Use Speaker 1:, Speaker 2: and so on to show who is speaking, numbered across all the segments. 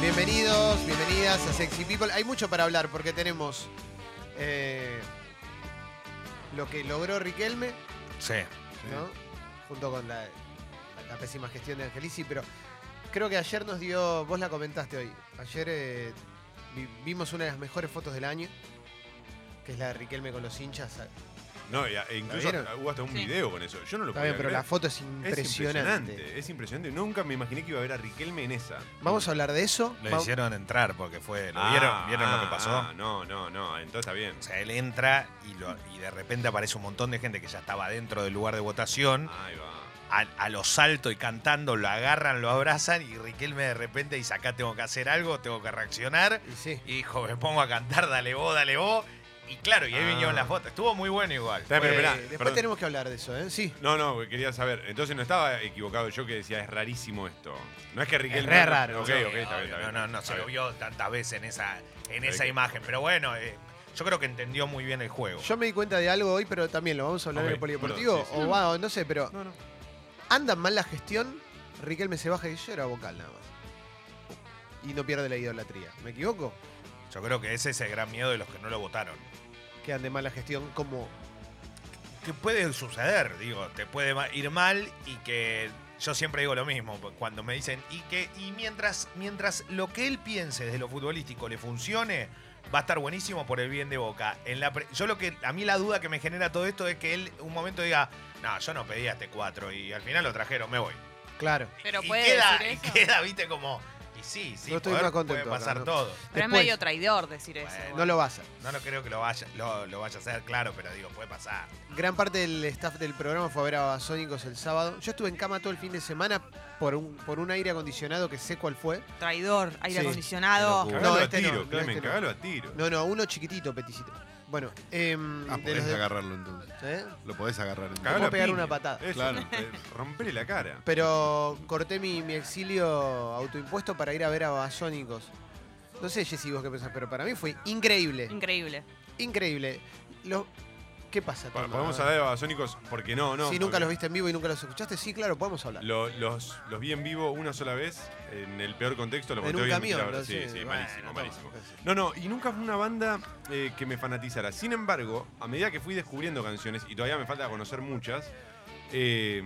Speaker 1: Bienvenidos, bienvenidas a Sexy People. Hay mucho para hablar porque tenemos eh, lo que logró Riquelme,
Speaker 2: Sí.
Speaker 1: ¿no? Junto con la, la pésima gestión de Angelici, pero creo que ayer nos dio, vos la comentaste hoy, ayer eh, vi- vimos una de las mejores fotos del año, que es la de Riquelme con los hinchas. Está
Speaker 3: No, y a- e incluso
Speaker 1: vieron?
Speaker 3: hubo hasta un
Speaker 4: Sí.
Speaker 3: video con eso. Yo no lo
Speaker 1: bien,
Speaker 3: podía
Speaker 1: pero
Speaker 3: creer.
Speaker 1: la foto es
Speaker 3: Es
Speaker 1: impresionante.
Speaker 3: impresionante. Es impresionante. Nunca me imaginé que iba a ver a Riquelme en esa.
Speaker 1: Vamos a hablar de eso.
Speaker 2: Lo
Speaker 1: Va-
Speaker 2: hicieron entrar porque fue. ¿Lo
Speaker 3: Ah,
Speaker 2: vieron? ¿Vieron lo
Speaker 3: ah,
Speaker 2: que pasó?
Speaker 3: ah, no, no, no. Entonces está bien.
Speaker 2: O sea, él entra y, lo- y de repente aparece un montón de gente que ya estaba dentro del lugar de votación.
Speaker 3: Ahí va.
Speaker 2: A, a lo salto y cantando, lo agarran, lo abrazan y Riquelme de repente dice, acá tengo que hacer algo, tengo que reaccionar.
Speaker 1: y sí.
Speaker 2: Y dijo, me pongo a cantar, dale vos, dale vos. Y claro, y ahí
Speaker 3: Ah.
Speaker 2: vinieron las fotos. Estuvo muy bueno igual.
Speaker 3: Está bien, pero
Speaker 1: Eh,
Speaker 3: esperá,
Speaker 1: después
Speaker 3: perdón.
Speaker 1: tenemos que hablar de eso, ¿eh? Sí.
Speaker 3: No, no, quería saber. Entonces no estaba equivocado yo que decía, es rarísimo esto. No es que Riquelme.
Speaker 1: Es re raro.
Speaker 3: Ok, ok,
Speaker 2: Sí,
Speaker 3: está bien, está
Speaker 2: obvio,
Speaker 3: bien,
Speaker 2: no,
Speaker 3: está
Speaker 2: no,
Speaker 3: bien.
Speaker 2: no se lo vio tantas veces en esa, en
Speaker 3: Está
Speaker 2: esa
Speaker 3: bien.
Speaker 2: imagen. Pero bueno, eh, yo creo que entendió muy bien el juego.
Speaker 1: Yo me di cuenta de algo hoy, pero también lo vamos a hablar
Speaker 3: Ok,
Speaker 1: en el polideportivo.
Speaker 3: bueno, sí, sí.
Speaker 1: O va, o no sé, pero
Speaker 3: No, no.
Speaker 1: andan mal la gestión. Riquelme se baja y yo era vocal nada más. Y no pierde la idolatría. ¿Me equivoco?
Speaker 2: Yo creo que ese es el gran miedo de los que no lo votaron.
Speaker 1: Que ande mal la gestión como.
Speaker 2: que puede suceder, digo, te puede ma- ir mal y que yo siempre digo lo mismo pues, cuando me dicen y que y mientras mientras lo que él piense desde lo futbolístico le funcione va a estar buenísimo por el bien de Boca. En la pre- yo lo que a mí la duda que me genera todo esto es que él un momento diga, "No, yo no pedía este 4 y al final lo trajeron, me voy."
Speaker 1: Claro.
Speaker 4: Pero
Speaker 2: y
Speaker 4: puede
Speaker 2: queda
Speaker 4: decir
Speaker 2: y
Speaker 4: eso.
Speaker 2: queda, ¿viste como y sí, sí,
Speaker 1: No estoy
Speaker 2: poder-
Speaker 1: más contento
Speaker 2: puede pasar
Speaker 1: acá, ¿no?
Speaker 2: todo.
Speaker 4: Pero es
Speaker 1: Después-
Speaker 4: medio traidor decir eso.
Speaker 2: Bueno,
Speaker 1: No
Speaker 4: igual.
Speaker 1: lo vas a.
Speaker 2: No, no creo que lo vaya lo, lo vaya a hacer, claro, pero digo, puede pasar.
Speaker 1: Gran parte del staff del programa fue a ver a Sónicos el sábado. Yo estuve en cama todo el fin de semana por un, por un aire acondicionado que sé cuál fue.
Speaker 4: Traidor, aire
Speaker 1: Sí.
Speaker 4: acondicionado.
Speaker 1: Qué locura. No,
Speaker 3: Cagalo a
Speaker 1: este no,
Speaker 3: tiro,
Speaker 1: no,
Speaker 3: Clemen,
Speaker 1: este no.
Speaker 3: cagalo a tiro.
Speaker 1: No, no, uno chiquitito, peticito. Bueno, em,
Speaker 5: Ah,
Speaker 1: de
Speaker 5: podés
Speaker 1: los de-
Speaker 5: agarrarlo entonces.
Speaker 1: ¿eh?
Speaker 5: Lo podés agarrar entonces.
Speaker 3: Cagalo a
Speaker 1: pegar
Speaker 3: piña.
Speaker 1: una patada.
Speaker 3: Eso,
Speaker 5: Claro.
Speaker 3: te- Rompele la cara.
Speaker 1: Pero corté mi, mi exilio autoimpuesto para ir a ver a Basónicos. No sé, Jessy, vos qué pensás, pero para mí fue increíble.
Speaker 4: Increíble.
Speaker 1: Increíble. Lo... ¿Qué pasa?
Speaker 3: Pa-
Speaker 1: Toma?
Speaker 3: Podemos hablar de Babasónicos porque no, no.
Speaker 1: si nunca
Speaker 3: porque
Speaker 1: los viste en vivo y nunca los escuchaste, sí, claro, podemos hablar.
Speaker 3: lo- los, los vi en vivo una sola vez, en el peor contexto, los
Speaker 1: en
Speaker 3: monté
Speaker 1: un
Speaker 3: hoy en
Speaker 1: camión.
Speaker 3: Mirador.
Speaker 1: no
Speaker 3: Sí,
Speaker 1: sé.
Speaker 3: sí,
Speaker 1: Bueno,
Speaker 3: malísimo,
Speaker 1: toma.
Speaker 3: malísimo. No, no, y nunca fue una banda eh, que me fanatizara. Sin embargo, a medida que fui descubriendo canciones, y todavía me falta conocer muchas, eh,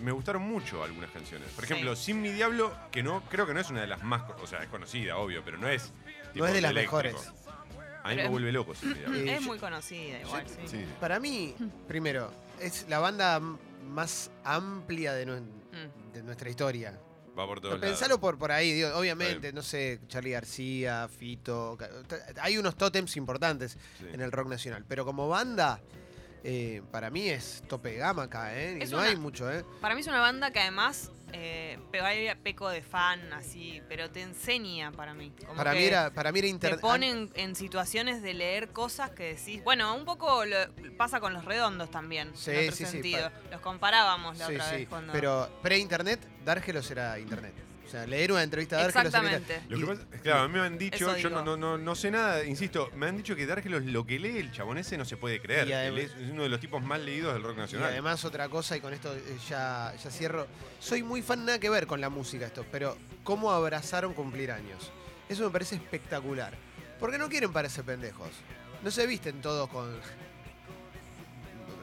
Speaker 3: me gustaron mucho algunas canciones. Por
Speaker 4: Sí.
Speaker 3: ejemplo, Sin Mi Diablo, que no creo que no es una de las más, co- o sea, es conocida, obvio, pero no es... tipo,
Speaker 1: es de las
Speaker 3: eléctrico.
Speaker 1: mejores.
Speaker 3: A mí me
Speaker 4: Pero-
Speaker 3: vuelve loco Sin Mi Diablo.
Speaker 1: Eh,
Speaker 4: es
Speaker 1: yo-
Speaker 4: muy conocida igual, sí.
Speaker 5: Sí.
Speaker 1: Para mí, primero, es la banda m- más amplia de, nue-
Speaker 4: Mm.
Speaker 1: de nuestra historia.
Speaker 3: Va por todos lados.
Speaker 1: Pensalo por, por ahí, digo,
Speaker 3: Está
Speaker 1: obviamente, no sé, Charlie García, Fito. ca- t- Hay unos tótems importantes.
Speaker 3: Sí.
Speaker 1: en el rock nacional. Pero como banda, eh, para mí es tope de gama acá, ¿eh? Y
Speaker 4: Es
Speaker 1: no
Speaker 4: una-
Speaker 1: hay mucho, ¿eh?
Speaker 4: Para mí es una banda que además eh, pe- hay peco de fan, así, pero te enseña para mí. Como
Speaker 1: Para
Speaker 4: que
Speaker 1: mí, era, para mí era
Speaker 4: Te
Speaker 1: internet.
Speaker 4: ponen en situaciones de leer cosas que decís. Bueno, un poco lo- pasa con los redondos también.
Speaker 1: Sí,
Speaker 4: en otro
Speaker 1: sí, sí,
Speaker 4: sentido. Los comparábamos la
Speaker 1: Sí,
Speaker 4: otra
Speaker 1: sí.
Speaker 4: vez cuando.
Speaker 1: Pero pre-internet, Dárgelos era internet. O sea, leer una entrevista a Dárgelos era
Speaker 4: Exactamente.
Speaker 3: Lo que pasa, claro, a mí me han dicho,
Speaker 4: Eso
Speaker 3: yo no,
Speaker 4: digo.
Speaker 3: no, no, no sé nada, insisto, me han dicho que Dargelos lo que lee el chabón ese no se puede creer.
Speaker 1: Y
Speaker 3: Él
Speaker 1: además-
Speaker 3: es es uno de los tipos más leídos del rock
Speaker 1: Y
Speaker 3: nacional.
Speaker 1: además otra cosa, y con esto eh, ya, ya cierro, soy muy fan, nada que ver con la música esto, pero cómo abrazaron cumplir años. Eso me parece espectacular. Porque no quieren parecer pendejos. No se visten todos con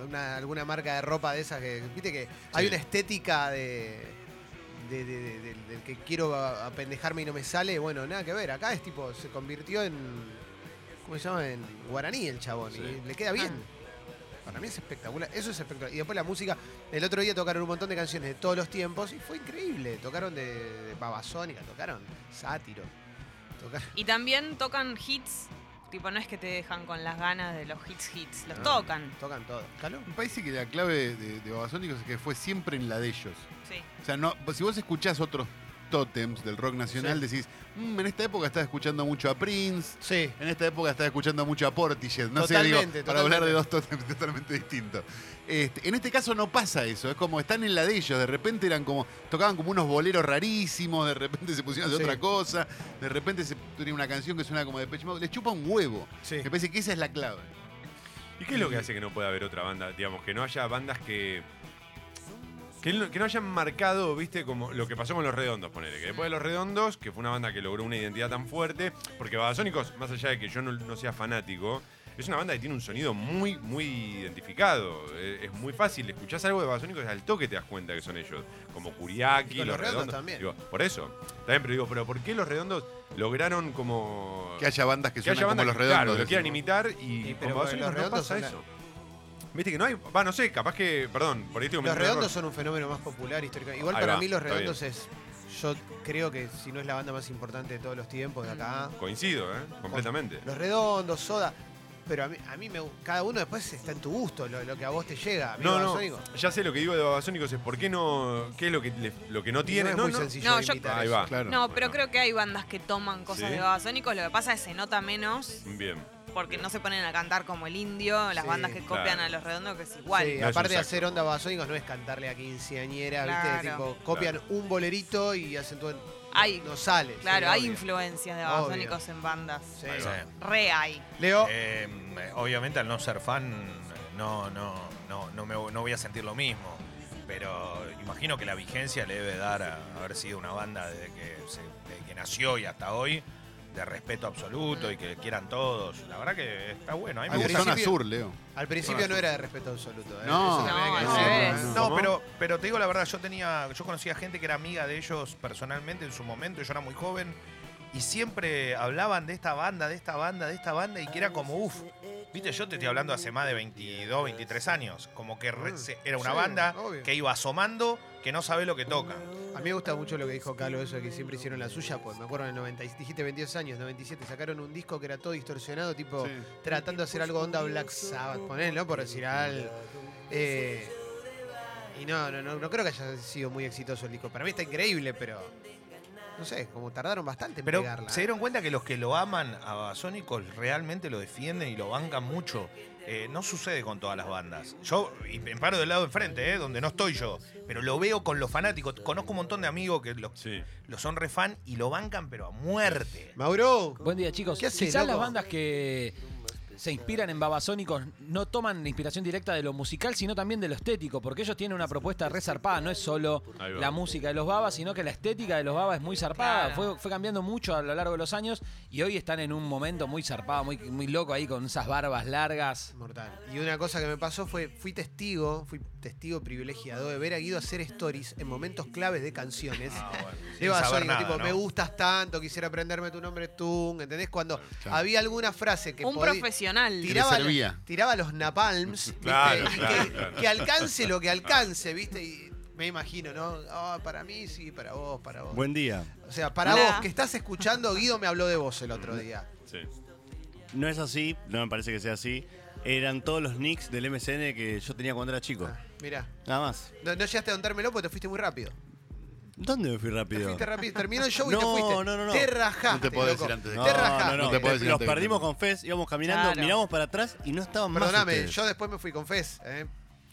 Speaker 1: una- alguna marca de ropa de esas que, viste que hay
Speaker 3: Sí.
Speaker 1: una estética de, de- de- de- del- del que quiero a- apendejarme y no me sale. Bueno, nada que ver. Acá es tipo, se convirtió en, ¿cómo se llama? En guaraní el chabón.
Speaker 3: Sí.
Speaker 1: Y le queda bien. Para mí es espectacular, eso es espectacular. Y después la música, el otro día tocaron un montón de canciones de todos los tiempos y fue increíble. Tocaron de, de Babasónica, tocaron Sátiro, tocaron...
Speaker 4: Y también tocan hits, tipo, no es que te dejan con las ganas de los hits hits, los
Speaker 3: Ah.
Speaker 4: tocan.
Speaker 1: Tocan todo. ¿Caló?
Speaker 5: Me parece que la clave de, de Babasónicos es que fue siempre en la de ellos.
Speaker 4: Sí.
Speaker 5: O sea, no, pues si vos escuchás otros tótems del rock nacional, decís, "Mm, en esta época estás escuchando mucho a Prince,
Speaker 1: Sí.
Speaker 5: en esta época estás escuchando mucho a Portishead. No sé,
Speaker 1: Totalmente,
Speaker 5: digo, para hablar de
Speaker 1: totalmente.
Speaker 5: dos tótems totalmente distintos. Este, en este caso no pasa eso, es como están en la de ellos. De repente eran como, tocaban como unos boleros rarísimos, de repente se pusieron de
Speaker 1: Sí.
Speaker 5: otra cosa, de repente se tenía una canción que suena como de Pech Mode, les chupa un huevo.
Speaker 1: Sí.
Speaker 5: Me parece que esa es la clave.
Speaker 3: ¿Y qué es lo que hace que no pueda haber otra banda? Digamos, que no haya bandas que Que no, que no hayan marcado, viste, como lo que pasó con Los Redondos, ponele. Que después de Los Redondos, que fue una banda que logró una identidad tan fuerte, porque Babasónicos, más allá de que yo no, no sea fanático, es una banda que tiene un sonido muy, muy identificado. Eh, Es, muy fácil. Escuchás algo de Babasónicos, al toque te das cuenta que son ellos. Como Kuriaki,
Speaker 1: Y con Los
Speaker 3: Los
Speaker 1: Redondos
Speaker 3: Redondos.
Speaker 1: también.
Speaker 3: Digo, por eso. También, pero digo, pero ¿por qué Los Redondos lograron como...
Speaker 5: Que haya bandas que
Speaker 3: Que
Speaker 5: suenan
Speaker 3: haya bandas
Speaker 5: como los
Speaker 3: que,
Speaker 5: redondos.
Speaker 3: claro, lo quieran
Speaker 5: decimos.
Speaker 3: imitar y,
Speaker 1: Sí,
Speaker 3: con
Speaker 1: pero
Speaker 3: Babasónicos
Speaker 1: los
Speaker 3: no
Speaker 1: redondos
Speaker 3: pasa
Speaker 1: son la-
Speaker 3: eso. Viste que no hay... Va, no sé, capaz que... Perdón, por ahí
Speaker 1: Los
Speaker 3: estoy cometiendo un error.
Speaker 1: redondos son un fenómeno más popular histórico. Igual
Speaker 3: Ahí
Speaker 1: para
Speaker 3: va,
Speaker 1: mí los
Speaker 3: está bien.
Speaker 1: redondos es. Yo creo que si no es la banda más importante de todos los tiempos de acá.
Speaker 3: Coincido, ¿eh? Completamente.
Speaker 1: Los redondos, soda. Pero a mí, a mí me, cada uno después está en tu gusto, lo, lo que a vos te llega. amigo
Speaker 3: No, no,
Speaker 1: Babasónico.
Speaker 3: ya sé lo que digo de Babasónicos es por qué no, qué es lo que, le- lo que no
Speaker 1: Y no
Speaker 3: tiene.
Speaker 1: es
Speaker 3: No,
Speaker 1: muy
Speaker 3: no.
Speaker 1: sencillo
Speaker 4: No,
Speaker 1: de
Speaker 4: yo-
Speaker 1: imitar
Speaker 3: Ahí
Speaker 1: eso.
Speaker 3: va.
Speaker 5: Claro.
Speaker 4: No,
Speaker 3: Bueno.
Speaker 4: pero creo que hay bandas que toman cosas
Speaker 3: Sí.
Speaker 4: de babasónicos. Lo que pasa es que se nota menos
Speaker 3: Bien.
Speaker 4: porque no se ponen a cantar como el indio. Las
Speaker 1: Sí,
Speaker 4: bandas que copian
Speaker 3: claro.
Speaker 4: a los redondos, que es igual.
Speaker 1: Sí,
Speaker 3: No es
Speaker 1: aparte
Speaker 3: un
Speaker 1: de
Speaker 3: saco.
Speaker 1: hacer onda babasónicos no es cantarle a quinceañera, ¿viste?
Speaker 4: Claro.
Speaker 1: Tipo, copian un bolerito y hacen todo. en-
Speaker 4: Hay,
Speaker 1: No sale.
Speaker 4: claro,
Speaker 1: sí,
Speaker 4: hay
Speaker 1: obvio.
Speaker 4: influencias de
Speaker 1: Obvio.
Speaker 4: babasónicos en bandas.
Speaker 1: Sí.
Speaker 2: Ahí va.
Speaker 4: Re hay.
Speaker 1: Leo,
Speaker 2: Eh, obviamente al no ser fan no, no, no, no, me, no voy a sentir lo mismo. Pero imagino que la vigencia le debe dar a haber sido una banda desde que, se- desde que nació y hasta hoy de respeto absoluto y que quieran todos. La verdad que está bueno. A mí me
Speaker 5: Ah, Y de
Speaker 1: Al
Speaker 2: gusta.
Speaker 5: zona
Speaker 1: principio-
Speaker 5: sur, Leo.
Speaker 1: al principio no era de respeto absoluto. ¿eh?
Speaker 5: No,
Speaker 1: Eso también hay que
Speaker 4: no,
Speaker 1: decirlo.
Speaker 4: al revés.
Speaker 2: No,
Speaker 3: ¿Cómo?
Speaker 2: pero, pero te digo la verdad, yo tenía, yo conocía gente que era amiga de ellos personalmente en su momento, yo era muy joven, y siempre hablaban de esta banda, de esta banda, de esta banda, y que era como, uff, viste, yo te estoy hablando hace más de 22, 23 años, como que re- se- era una
Speaker 1: Sí,
Speaker 2: banda
Speaker 1: obvio.
Speaker 2: que iba asomando, que no sabe lo que toca.
Speaker 1: A mí me gusta mucho lo que dijo Calo, eso de que siempre hicieron la suya, pues me acuerdo en el 90, y- dijiste 22 años, 97, sacaron un disco que era todo distorsionado, tipo
Speaker 5: Sí.
Speaker 1: tratando de hacer algo onda Black Sabbath, ponerlo por decir algo. Eh, y no, no, no, no creo que haya sido muy exitoso el disco. Para mí está increíble, pero no sé, como tardaron bastante en
Speaker 2: Pero
Speaker 1: pegarla.
Speaker 2: se dieron cuenta que los que lo aman a Babasónicos realmente lo defienden y lo bancan mucho. Eh, no sucede con todas las bandas. Yo y me paro del lado de enfrente, eh, donde no estoy yo, pero lo veo con los fanáticos. Conozco un montón de amigos que lo,
Speaker 3: Sí.
Speaker 2: lo son re fan y lo bancan, pero a muerte.
Speaker 1: ¿eh? Mauro,
Speaker 6: Buen día, chicos.
Speaker 1: ¿Qué haces,
Speaker 6: Quizás las
Speaker 1: loco?
Speaker 6: bandas que se inspiran en Babasónicos no toman la inspiración directa de lo musical, sino también de lo estético, porque ellos tienen una propuesta re zarpada, no es solo
Speaker 3: Ahí va.
Speaker 6: la música de los babas, sino que la estética de los babas es muy zarpada,
Speaker 4: Claro.
Speaker 6: fue, fue cambiando mucho a lo largo de los años y hoy están en un momento muy zarpado, muy, muy loco ahí con esas barbas largas.
Speaker 1: Mortal. Y una cosa que me pasó fue, fui testigo, fui testigo privilegiado de ver a Guido hacer stories en momentos claves de canciones.
Speaker 2: Ah. Sin
Speaker 1: Digo,
Speaker 2: saber
Speaker 1: Sonic,
Speaker 2: nada,
Speaker 1: tipo,
Speaker 2: ¿no?
Speaker 1: me gustas tanto, quisiera aprenderme tu nombre, tú, ¿entendés? Cuando
Speaker 5: Claro.
Speaker 1: había alguna frase que
Speaker 4: Un
Speaker 1: podí-
Speaker 4: profesional.
Speaker 5: Tira-
Speaker 1: tiraba,
Speaker 5: le servía.
Speaker 1: los, tiraba los napalms, ¿viste?
Speaker 3: Claro,
Speaker 1: Y
Speaker 3: claro,
Speaker 1: que,
Speaker 3: claro.
Speaker 1: que alcance lo que alcance, ¿viste? Y me imagino, ¿no? Ah, para mí sí, para vos, para vos.
Speaker 7: Buen día.
Speaker 1: O sea, para
Speaker 4: Hola.
Speaker 1: vos que estás escuchando, Guido me habló de vos el otro día.
Speaker 3: Sí.
Speaker 7: No es así, no me parece que sea así. Eran todos los nicks del MCN que yo tenía cuando era chico.
Speaker 1: Ah, mirá,
Speaker 7: Nada más.
Speaker 1: no, no llegaste a contármelo porque te fuiste muy rápido.
Speaker 7: ¿Dónde me fui
Speaker 1: Te
Speaker 7: rápido?
Speaker 1: fuiste rápido. Terminó el show y te
Speaker 7: No,
Speaker 1: fuiste.
Speaker 7: no, no, no.
Speaker 1: Te rajaste.
Speaker 5: No te puedo decir
Speaker 1: loco.
Speaker 5: antes de
Speaker 7: No,
Speaker 1: Te
Speaker 7: no,
Speaker 1: rajaste.
Speaker 7: no,
Speaker 5: No te puedo decir
Speaker 7: los
Speaker 5: antes que-
Speaker 7: perdimos con Fez, íbamos caminando,
Speaker 4: Claro.
Speaker 7: miramos para atrás y no estaban más
Speaker 1: Perdóname,
Speaker 7: ustedes.
Speaker 1: yo después me fui con Fez. ¿eh?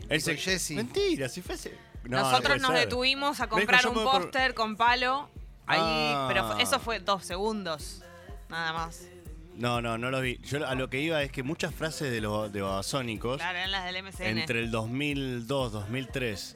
Speaker 7: Él
Speaker 1: con Jesse.
Speaker 7: Mentira, si Fez... No, no
Speaker 4: Nosotros
Speaker 7: puede
Speaker 4: nos
Speaker 7: ser.
Speaker 4: detuvimos a
Speaker 7: Me dijo,
Speaker 4: comprar
Speaker 7: yo
Speaker 4: un
Speaker 7: me voy por-
Speaker 4: póster con palo. Ahí,
Speaker 7: Ah.
Speaker 4: pero fue- eso fue dos segundos. Nada más.
Speaker 7: No, no, no los vi. Yo a lo que iba es que muchas frases de los de babasónicos
Speaker 4: Claro, eran las del MCN.
Speaker 7: entre el 2002, 2003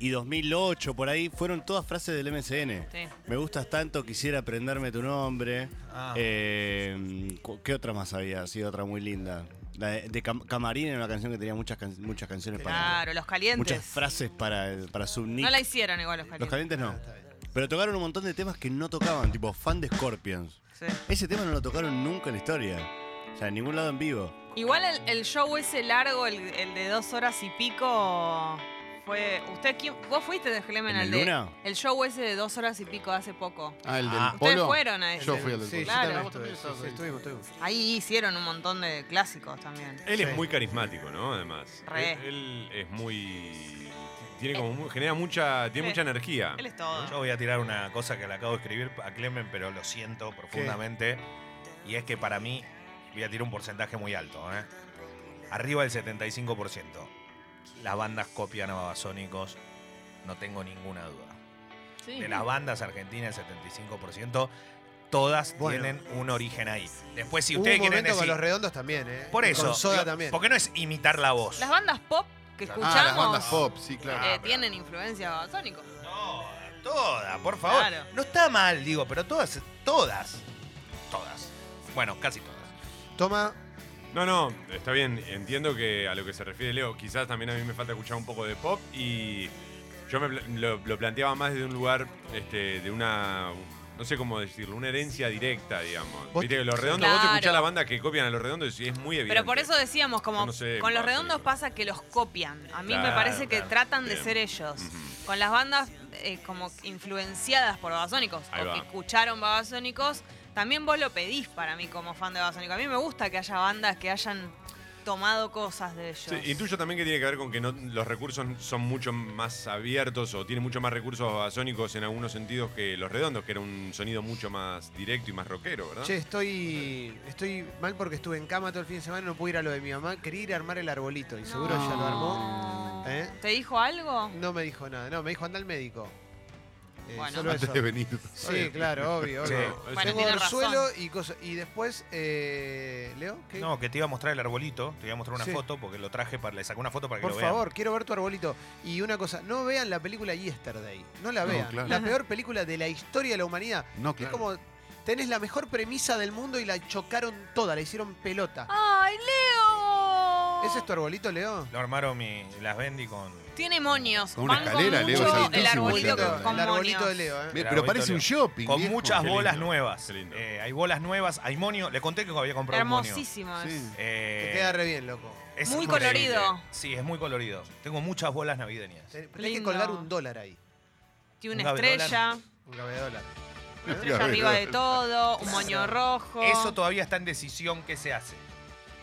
Speaker 7: y 2008 por ahí fueron todas frases del MCN.
Speaker 4: Sí.
Speaker 7: Me gustas tanto, quisiera aprenderme tu nombre.
Speaker 2: Ah.
Speaker 7: Eh, cu- ¿Qué otra más había? Sí, otra muy linda. La de, de Cam- Camarín era una canción que tenía muchas can- muchas canciones para
Speaker 4: Claro, los calientes.
Speaker 7: muchas frases para para su nick.
Speaker 4: no la hicieron igual los
Speaker 7: Los
Speaker 4: calientes.
Speaker 7: calientes no. Pero tocaron un montón de temas que no tocaban, tipo fan de Scorpions.
Speaker 4: Sí.
Speaker 7: Ese tema no lo tocaron nunca en la historia. O sea, en ningún lado en vivo.
Speaker 4: Igual el, el show ese largo, el, el de dos horas y pico, fue. ¿Usted quién? ¿Vos fuiste de Glemen
Speaker 7: ¿En
Speaker 4: al
Speaker 7: el
Speaker 4: de-
Speaker 7: Luna?
Speaker 4: El show ese de dos horas y pico hace poco.
Speaker 5: Ah, el del
Speaker 7: Ah.
Speaker 4: Ustedes
Speaker 5: polo.
Speaker 4: fueron a ese.
Speaker 5: Yo fui al del
Speaker 1: Sí, yo
Speaker 5: polo.
Speaker 4: Claro.
Speaker 1: también
Speaker 5: Vos también
Speaker 1: estuve.
Speaker 5: estabas
Speaker 1: Sí, sí,
Speaker 5: ahí.
Speaker 1: estuvimos, estuvimos.
Speaker 4: Ahí hicieron un montón de clásicos también.
Speaker 3: Él
Speaker 1: Sí.
Speaker 3: es muy carismático, ¿no? Además.
Speaker 4: Re.
Speaker 3: Él, él es muy. Tiene como. mu- Genera mucha. Tiene
Speaker 4: Sí.
Speaker 3: mucha energía.
Speaker 4: Él es todo.
Speaker 2: Yo voy a tirar una cosa que le acabo de escribir a Clemen, pero lo siento profundamente. Y es que para mí, voy a tirar un porcentaje muy alto. ¿eh? Arriba del 75%. Las bandas copian a Babasónicos, no tengo ninguna duda.
Speaker 4: Sí.
Speaker 2: De las bandas argentinas, el 75%, todas
Speaker 1: Bueno.
Speaker 2: tienen un origen ahí. Después, si
Speaker 1: Hubo
Speaker 2: ustedes
Speaker 1: un
Speaker 2: quieren
Speaker 1: momento
Speaker 2: decir...
Speaker 1: con los redondos también, ¿eh?
Speaker 2: por
Speaker 1: Y
Speaker 2: eso,
Speaker 1: Con soda
Speaker 2: digo,
Speaker 1: también.
Speaker 2: porque no es imitar la voz.
Speaker 4: Las bandas pop que
Speaker 2: Ah,
Speaker 4: escuchamos
Speaker 5: Ah, las bandas pop, sí, claro.
Speaker 4: eh, tienen influencia babasónico.
Speaker 2: No, todas, por favor.
Speaker 4: Claro.
Speaker 2: No está mal, digo, pero todas, todas, todas. Bueno, casi todas.
Speaker 1: Toma,
Speaker 3: No, no, está bien. Entiendo que a lo que se refiere Leo, quizás también a mí me falta escuchar un poco de pop y yo me pla- lo, lo planteaba más desde un lugar, este, de una, no sé cómo decirlo, una herencia directa, digamos.
Speaker 1: Vos-
Speaker 3: Viste que los redondos, vos
Speaker 4: Claro.
Speaker 3: escuchás la banda que copian a los redondos y es muy evidente.
Speaker 4: Pero por eso decíamos, como
Speaker 3: Yo no sé,
Speaker 4: con los
Speaker 3: Babasónico.
Speaker 4: redondos pasa que los copian. A mí me
Speaker 3: Claro,
Speaker 4: parece que
Speaker 3: claro.
Speaker 4: tratan de
Speaker 3: Bien.
Speaker 4: ser ellos.
Speaker 3: Ujú.
Speaker 4: Con las bandas eh, como influenciadas por babasónicos
Speaker 3: Ahí
Speaker 4: o
Speaker 3: va.
Speaker 4: que escucharon babasónicos, también vos lo pedís para mí como fan de babasónicos. A mí me gusta que haya bandas que hayan tomado cosas de ellos.
Speaker 3: Sí, intuyo también que tiene que ver con que no, los recursos son mucho más abiertos o tienen mucho más recursos basónicos en algunos sentidos que los redondos, que era un sonido mucho más directo y más rockero, ¿verdad?
Speaker 1: che, estoy, estoy mal porque estuve en cama todo el fin de semana, no pude ir a lo de mi mamá, quería ir a armar el arbolito y seguro ya lo armó. ¿Eh?
Speaker 4: ¿Te dijo algo?
Speaker 1: No me dijo nada, no, me dijo anda al médico. Eh,
Speaker 4: Bueno.
Speaker 1: solo
Speaker 5: Antes
Speaker 1: eso.
Speaker 5: de venir.
Speaker 1: Sí, claro, obvio,
Speaker 2: Sí.
Speaker 1: obvio.
Speaker 3: Bueno,
Speaker 1: Tengo
Speaker 4: tiene razón.
Speaker 1: orzuelo y cosas. Y después, eh, Leo, ¿qué?
Speaker 2: No, que te iba a mostrar el arbolito, te iba a mostrar una
Speaker 1: Sí.
Speaker 2: foto porque lo traje para, le saqué una foto para que
Speaker 1: Por
Speaker 2: lo vean.
Speaker 1: favor, quiero ver tu arbolito. Y una cosa, no vean la película Yesterday. No la
Speaker 5: No,
Speaker 1: vean.
Speaker 5: claro.
Speaker 1: La peor película de la historia de la humanidad.
Speaker 5: No,
Speaker 1: Es
Speaker 5: claro.
Speaker 1: como, tenés la mejor premisa del mundo y la chocaron toda, la hicieron pelota.
Speaker 4: ¡Ay, Leo!
Speaker 1: ¿Ese es tu arbolito, Leo?
Speaker 2: Lo armaron mi, las vendí con.
Speaker 4: Tiene moños.
Speaker 5: Con una
Speaker 4: Van
Speaker 5: escalera,
Speaker 4: con
Speaker 5: Leo,
Speaker 4: mucho
Speaker 5: es
Speaker 4: el
Speaker 5: altísimo,
Speaker 4: arbolito
Speaker 5: claro.
Speaker 4: con- con
Speaker 1: el arbolito
Speaker 4: moños.
Speaker 1: de Leo, ¿eh?
Speaker 5: Ve-
Speaker 2: Era
Speaker 5: Pero
Speaker 2: bonito
Speaker 5: parece
Speaker 2: Leo.
Speaker 5: un shopping.
Speaker 2: Con
Speaker 5: viejo.
Speaker 2: muchas
Speaker 3: Qué
Speaker 2: bolas
Speaker 3: lindo,
Speaker 2: nuevas.
Speaker 3: qué lindo.
Speaker 2: Eh, hay bolas nuevas, hay monio. Le conté que había comprado un monio.
Speaker 4: Hermosísimo. Ah, es.
Speaker 5: Sí.
Speaker 2: Eh,
Speaker 1: Te queda re bien, loco.
Speaker 2: es
Speaker 4: Muy
Speaker 2: increíble.
Speaker 4: colorido.
Speaker 2: Sí, es muy colorido. Tengo muchas bolas navideñas.
Speaker 1: Ten- Tenés que
Speaker 4: Lindo.
Speaker 1: colgar un dólar ahí.
Speaker 4: Tiene
Speaker 2: Un
Speaker 4: una
Speaker 2: gaberola.
Speaker 4: estrella,
Speaker 1: Un clave de dólar.
Speaker 4: una
Speaker 5: Gaberola.
Speaker 4: estrella arriba de todo, un moño rojo.
Speaker 2: Eso todavía está en decisión qué se hace.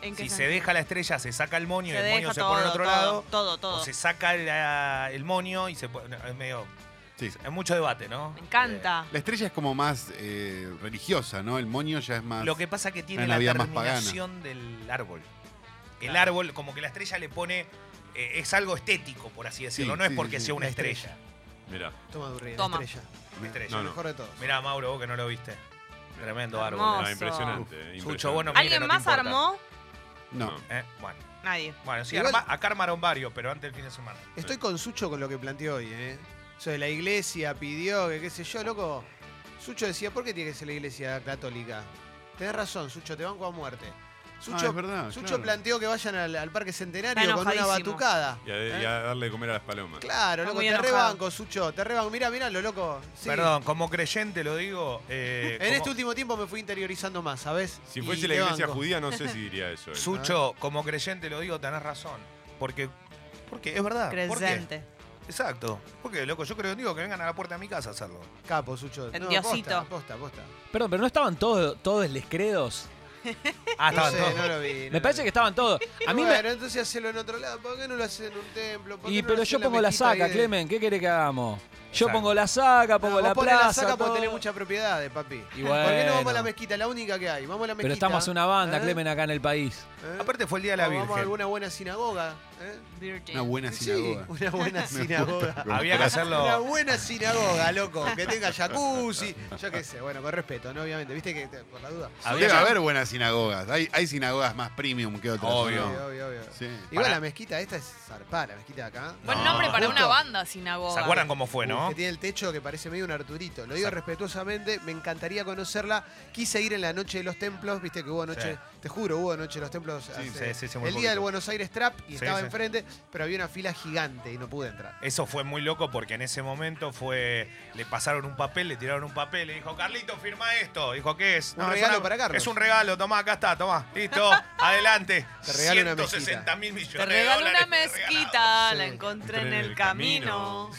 Speaker 4: ¿En qué
Speaker 2: Si se
Speaker 4: sentido?
Speaker 2: deja la estrella, se saca el moño y el moño
Speaker 4: deja
Speaker 2: se pone al otro
Speaker 4: todo,
Speaker 2: lado.
Speaker 4: Todo, todo.
Speaker 2: O se saca la- el moño y se pone. Es medio.
Speaker 5: Sí.
Speaker 2: Es mucho debate, ¿no?
Speaker 4: Me
Speaker 2: Eh,
Speaker 4: encanta.
Speaker 5: La estrella es como más eh, religiosa, ¿no? El moño ya es
Speaker 2: Eh,
Speaker 5: más.
Speaker 2: lo que pasa que tiene
Speaker 5: Una
Speaker 2: la
Speaker 5: vida más
Speaker 2: terminación del árbol. El árbol, como que la estrella le pone. eh, es algo estético, por así decirlo.
Speaker 5: Sí,
Speaker 2: no es
Speaker 5: sí,
Speaker 2: porque
Speaker 5: sí, sí.
Speaker 2: sea una
Speaker 1: Una
Speaker 2: estrella.
Speaker 3: Mirá.
Speaker 1: Toma, Durri, la
Speaker 4: Toma.
Speaker 1: estrella.
Speaker 2: Una estrella.
Speaker 3: No,
Speaker 1: Lo
Speaker 3: no.
Speaker 1: mejor de todo.
Speaker 2: Mirá, Mauro, vos que no lo viste. Tremendo
Speaker 4: Hermoso.
Speaker 2: árbol.
Speaker 3: Ah, impresionante. eh,
Speaker 2: Sucho, bueno,
Speaker 3: impresionante.
Speaker 4: ¿Alguien
Speaker 2: no te
Speaker 4: más
Speaker 2: importa.
Speaker 4: armó?
Speaker 5: No.
Speaker 2: Eh, bueno,
Speaker 4: Nadie.
Speaker 2: bueno, sí,
Speaker 1: Igual-
Speaker 2: arma- acá armaron varios, pero antes del fin de semana.
Speaker 1: Estoy con Sucho con lo que planteó hoy, ¿eh? O sea, la iglesia pidió que qué sé yo, loco. Sucho decía, ¿por qué tiene que ser la iglesia católica? Tenés razón, Sucho, te banco a muerte. Sucho,
Speaker 5: es verdad,
Speaker 1: Sucho
Speaker 5: claro.
Speaker 1: planteó que vayan al, al Parque Centenario
Speaker 4: Está
Speaker 1: con una
Speaker 4: enojadísimo.
Speaker 1: batucada.
Speaker 3: Y a, y a darle de comer a las palomas.
Speaker 1: Claro, loco,
Speaker 4: muy
Speaker 1: te
Speaker 4: enojado.
Speaker 1: rebanco, Sucho, te rebanco. Mirá, mirá lo loco. Sí.
Speaker 2: Perdón, como creyente lo digo. eh,
Speaker 1: En
Speaker 2: como-
Speaker 1: este último tiempo me fui interiorizando más, ¿sabes?
Speaker 3: Si
Speaker 1: Y
Speaker 3: fuese la
Speaker 1: te
Speaker 3: iglesia
Speaker 1: banco.
Speaker 3: judía, no sé si diría eso. eh.
Speaker 2: Sucho, como creyente lo digo, tenés razón. Porque, porque es verdad. ¿Por qué?
Speaker 4: Creyente.
Speaker 2: Exacto. Porque, loco, yo creo digo, que vengan a la puerta de mi casa a hacerlo.
Speaker 1: Capo, Sucho.
Speaker 4: El
Speaker 1: No,
Speaker 4: diosito.
Speaker 1: Posta, posta, posta.
Speaker 6: Perdón, pero no estaban todos, todos les credos.
Speaker 2: Ah,
Speaker 1: No
Speaker 2: estaban
Speaker 1: sé,
Speaker 2: todos.
Speaker 1: no lo vi. no
Speaker 6: Me
Speaker 1: lo
Speaker 6: parece
Speaker 1: vi.
Speaker 6: que estaban todos. A mí
Speaker 1: bueno,
Speaker 6: me.
Speaker 1: entonces hacelo en otro lado. ¿Por qué no lo haces en un templo? ¿Por qué
Speaker 6: Y
Speaker 1: no lo
Speaker 6: pero
Speaker 1: hacés
Speaker 6: yo
Speaker 1: en la
Speaker 6: pongo la
Speaker 1: mezquita ahí
Speaker 6: saca,
Speaker 1: de-
Speaker 6: Clemen, ¿qué quiere que hagamos? Yo
Speaker 2: Exacto.
Speaker 6: pongo la saca, pongo
Speaker 1: No,
Speaker 6: la
Speaker 1: vos ponés
Speaker 6: plaza.
Speaker 1: la saca porque
Speaker 6: todo.
Speaker 1: tenés muchas propiedades, papi.
Speaker 6: Y
Speaker 1: ¿Por qué no vamos a la
Speaker 6: bueno.
Speaker 1: mezquita? La única que hay. Vamos a la mezquita.
Speaker 6: Pero estamos una banda,
Speaker 1: ¿eh?
Speaker 6: Clemen, acá en el país.
Speaker 1: ¿eh?
Speaker 2: Aparte fue el día
Speaker 1: O
Speaker 2: de la
Speaker 1: Vamos a
Speaker 2: Virgen.
Speaker 1: alguna buena sinagoga. ¿eh?
Speaker 4: Virgin.
Speaker 5: Una buena
Speaker 1: Sí,
Speaker 5: sinagoga.
Speaker 1: una buena sinagoga.
Speaker 2: Había que
Speaker 1: Una
Speaker 2: hacerlo.
Speaker 1: buena sinagoga, loco. Que tenga jacuzzi. Yo qué sé. Bueno, con respeto, ¿no? Obviamente. ¿Viste que te- por la duda?
Speaker 2: Había
Speaker 5: Ah, Debe
Speaker 2: que-
Speaker 5: haber buenas sinagogas. Hay, hay sinagogas más premium que otras.
Speaker 2: Obvio.
Speaker 5: ¿no?
Speaker 1: obvio, obvio.
Speaker 5: Sí.
Speaker 1: Igual
Speaker 2: Pará.
Speaker 1: la mezquita esta es zarpada, la mezquita de acá.
Speaker 4: Buen
Speaker 2: No,
Speaker 4: nombre para
Speaker 1: Ah, justo.
Speaker 4: una banda, sinagoga.
Speaker 2: ¿Se acuerdan cómo fue,
Speaker 1: Uy,
Speaker 2: no?
Speaker 1: Que tiene el techo que parece medio un Arturito. Lo digo
Speaker 2: Exacto.
Speaker 1: respetuosamente, me encantaría conocerla. Quise ir en la Noche de los Templos, viste que hubo noche,
Speaker 2: Sí.
Speaker 1: te juro, hubo Noche de los Templos. hace-
Speaker 2: sí, sí,
Speaker 1: el
Speaker 2: muy
Speaker 1: día del
Speaker 2: poquito.
Speaker 1: Buenos Aires Trap y
Speaker 2: Sí,
Speaker 1: estaba
Speaker 2: sí.
Speaker 1: enfrente, pero había una fila gigante y no pude entrar.
Speaker 2: Eso fue muy loco porque en ese momento fue. Le pasaron un papel, le tiraron un papel, le dijo, Carlito, firma esto. Dijo, ¿qué es?
Speaker 1: Un
Speaker 2: es
Speaker 1: regalo
Speaker 2: una-
Speaker 1: para Carlos.
Speaker 2: Es un regalo, tomá, acá está, tomá. Listo, adelante.
Speaker 1: Te regalo una mezquita.
Speaker 2: 160 mil millones.
Speaker 4: Te
Speaker 2: de
Speaker 4: regalo una
Speaker 2: dólares, te regalo.
Speaker 4: mezquita, la
Speaker 1: Sí.
Speaker 4: encontré en el camino.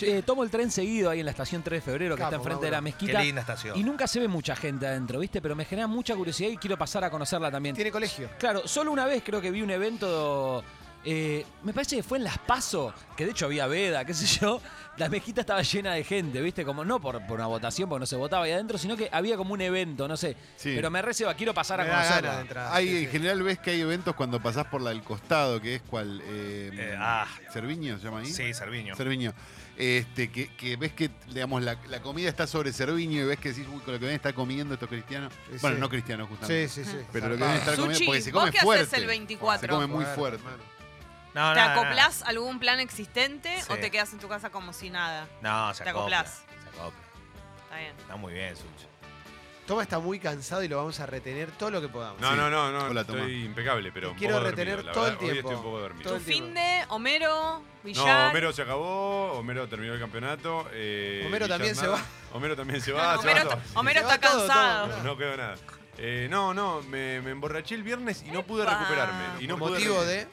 Speaker 6: Eh, tomo el tren seguido ahí en la estación 3 de febrero, que
Speaker 1: Capo,
Speaker 6: está enfrente de
Speaker 1: Mauro.
Speaker 6: la
Speaker 2: Qué
Speaker 6: mezquita.
Speaker 2: linda estación.
Speaker 6: Y nunca se ve mucha gente adentro, ¿viste? Pero me genera mucha curiosidad y quiero pasar a conocerla también.
Speaker 1: Tiene colegio.
Speaker 6: Claro, solo una vez creo que vi un evento. eh, me parece que fue en Las Paso, que de hecho había veda, qué sé yo. La mezquita estaba llena de gente, ¿viste? Como no por, por una votación, porque no se votaba ahí adentro, sino que había como un evento, no sé.
Speaker 5: Sí.
Speaker 6: Pero me receba, quiero pasar a
Speaker 1: Me da ganas
Speaker 6: conocerla.
Speaker 1: de entrar.
Speaker 5: Hay,
Speaker 1: Sí,
Speaker 5: en
Speaker 1: sí.
Speaker 5: general ves que hay eventos cuando pasás por la del costado, que es cual. Eh,
Speaker 2: Eh, ah.
Speaker 5: ¿Cerviño se llama ahí?
Speaker 2: Sí, Serviño.
Speaker 5: Cerviño. Este, que, que ves que, digamos, la, la comida está sobre Cerviño y ves que decís, uy, con lo que ven está comiendo estos cristianos.
Speaker 1: Sí,
Speaker 5: bueno,
Speaker 1: sí.
Speaker 5: no cristianos,
Speaker 1: Sí,
Speaker 5: justamente.
Speaker 1: sí, sí.
Speaker 5: Pero lo que deben estar comiendo
Speaker 4: Sushi,
Speaker 5: porque se
Speaker 4: ¿vos
Speaker 5: come
Speaker 4: qué
Speaker 5: fuerte.
Speaker 4: haces el 24?
Speaker 5: Se come muy
Speaker 1: Claro,
Speaker 5: fuerte.
Speaker 1: hermano.
Speaker 2: No,
Speaker 4: ¿Te
Speaker 2: no, no, no.
Speaker 4: acoplás a algún plan existente
Speaker 2: Ah. Sí.
Speaker 4: o te quedas en tu casa como si nada?
Speaker 2: No, se
Speaker 4: Te
Speaker 2: acopla,
Speaker 4: acoplás.
Speaker 2: Se acopla.
Speaker 4: Está bien.
Speaker 2: Está muy bien, Sucho.
Speaker 1: Toma está muy cansado y lo vamos a retener todo lo que podamos.
Speaker 3: No,
Speaker 5: Sí.
Speaker 3: no, no, no.
Speaker 5: Hola,
Speaker 3: estoy
Speaker 5: Tomás.
Speaker 3: impecable, pero. un
Speaker 1: Quiero
Speaker 3: poco
Speaker 1: retener
Speaker 3: dormido, la
Speaker 1: todo el
Speaker 3: verdad. Hoy
Speaker 1: tiempo.
Speaker 3: estoy un poco dormido.
Speaker 1: Todo
Speaker 4: Tu
Speaker 1: el tiempo.
Speaker 4: fin de Homero,
Speaker 3: No,
Speaker 4: Villar.
Speaker 3: Homero se acabó, Homero terminó el campeonato. eh,
Speaker 1: Homero
Speaker 3: Villar
Speaker 1: también se
Speaker 3: nada.
Speaker 1: va.
Speaker 3: Homero también se
Speaker 2: ah,
Speaker 4: No,
Speaker 3: va.
Speaker 4: no,
Speaker 3: se va
Speaker 4: Homero,
Speaker 3: todo.
Speaker 4: está- Homero
Speaker 1: Se va
Speaker 4: está
Speaker 1: todo, todo.
Speaker 4: cansado.
Speaker 1: No,
Speaker 3: No quedó nada. Eh, no, no, me, me emborraché el viernes y no pude
Speaker 4: Epa.
Speaker 3: recuperarme. Y no pude
Speaker 1: motivo
Speaker 3: re-
Speaker 1: de.
Speaker 3: eh,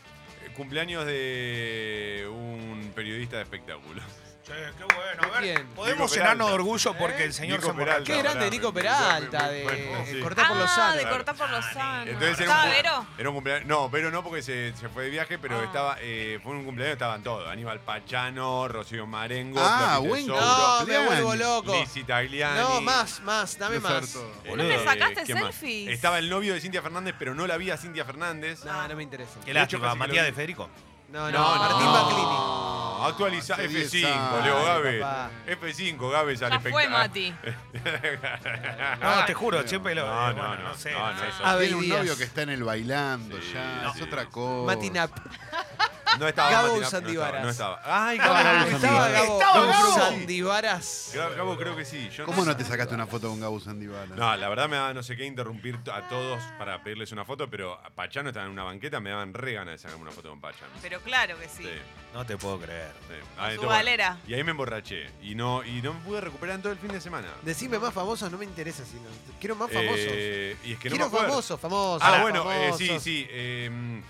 Speaker 3: Cumpleaños de un periodista de espectáculos.
Speaker 2: Che, qué bueno. A
Speaker 1: ¿De
Speaker 2: ver,
Speaker 1: quién?
Speaker 2: podemos
Speaker 3: Nico
Speaker 2: llenarnos de
Speaker 3: Peralta.
Speaker 2: orgullo porque el señor
Speaker 3: Nico
Speaker 2: se emborrachó.
Speaker 3: Peralta.
Speaker 1: Qué grande
Speaker 3: pará,
Speaker 1: Nico
Speaker 3: me- me-
Speaker 1: Peralta
Speaker 3: me- me-
Speaker 1: de
Speaker 3: sí.
Speaker 1: Cortar por
Speaker 4: Ah,
Speaker 1: los
Speaker 4: de
Speaker 1: Sanos.
Speaker 4: cortar por los sanos.
Speaker 3: Entonces era
Speaker 4: ¿Estaba
Speaker 3: un,
Speaker 4: Vero?
Speaker 3: era un cumpleaños. No, Vero no porque se, se fue de viaje, pero
Speaker 4: Ah.
Speaker 3: estaba eh, fue un cumpleaños, estaban todos. Aníbal Pachano, Rocío Marengo,
Speaker 5: Ah,
Speaker 3: Floppy
Speaker 5: buen-
Speaker 3: Tesouro,
Speaker 1: No, me vuelvo loco.
Speaker 3: Lizzy Tagliani.
Speaker 1: No, más, más, dame
Speaker 5: Debe ser
Speaker 1: más.
Speaker 5: todo.
Speaker 4: ¿No me
Speaker 3: Eh,
Speaker 4: sacaste
Speaker 3: ¿quién más?
Speaker 4: selfies?
Speaker 3: Estaba el novio de Cintia Fernández, pero no la vi a Cintia Fernández.
Speaker 1: No, no me interesa.
Speaker 2: Qué
Speaker 3: De hecho,
Speaker 2: lástima,
Speaker 3: casi que
Speaker 2: Matías
Speaker 3: lo-
Speaker 2: de Federico.
Speaker 1: No, no,
Speaker 3: No, no.
Speaker 1: Martín Baclini.
Speaker 3: No,
Speaker 1: Ah,
Speaker 3: Actualiza
Speaker 5: hace 10
Speaker 3: F5,
Speaker 5: años,
Speaker 3: Leo Gávez.
Speaker 1: papá.
Speaker 3: F5, Gávez al
Speaker 4: Ya Ah, fue,
Speaker 3: espectáculo.
Speaker 4: Mati.
Speaker 2: No, te juro, siempre lo.
Speaker 3: No,
Speaker 2: eh, bueno,
Speaker 3: no, no,
Speaker 2: sé.
Speaker 3: no, no, eso.
Speaker 1: Ah, Abel
Speaker 5: Tiene un
Speaker 1: Díaz.
Speaker 5: novio que está en el bailando
Speaker 3: Sí,
Speaker 5: ya,
Speaker 3: no.
Speaker 5: es otra cosa.
Speaker 1: Mati Nap.
Speaker 3: No estaba
Speaker 1: Gabo
Speaker 3: Matinap,
Speaker 1: Sandivaras.
Speaker 3: No estaba. no estaba. Ah, Ay, Gabo.
Speaker 5: Gabo
Speaker 1: Estaba
Speaker 5: Sandivaras.
Speaker 1: Gabo
Speaker 2: Estaba Gabo.
Speaker 1: Sandivaras.
Speaker 3: Gra- Gabo creo que sí. Yo
Speaker 5: ¿Cómo
Speaker 3: sé.
Speaker 5: no te sacaste una foto con Gabo Sandibala?
Speaker 3: No, la verdad me daba no sé qué interrumpir to- a todos para pedirles una foto, pero a Pachano estaba en una banqueta, me daban re ganas de sacarme una foto con Pachano.
Speaker 4: Pero claro que sí.
Speaker 3: Sí,
Speaker 2: No te puedo creer.
Speaker 3: sí.
Speaker 4: Con
Speaker 3: Ah,
Speaker 4: su
Speaker 3: entonces,
Speaker 4: galera.
Speaker 3: Y ahí me emborraché. Y no, y no me pude recuperar en todo el fin de semana.
Speaker 1: Decime más famosos, no me interesa. Sino. Quiero más famosos.
Speaker 3: Eh, y es que no me
Speaker 1: Quiero
Speaker 3: acuerdo.
Speaker 1: famosos, famosos.
Speaker 3: Ah, bueno, eh,
Speaker 1: famosos.
Speaker 3: sí, sí. eh,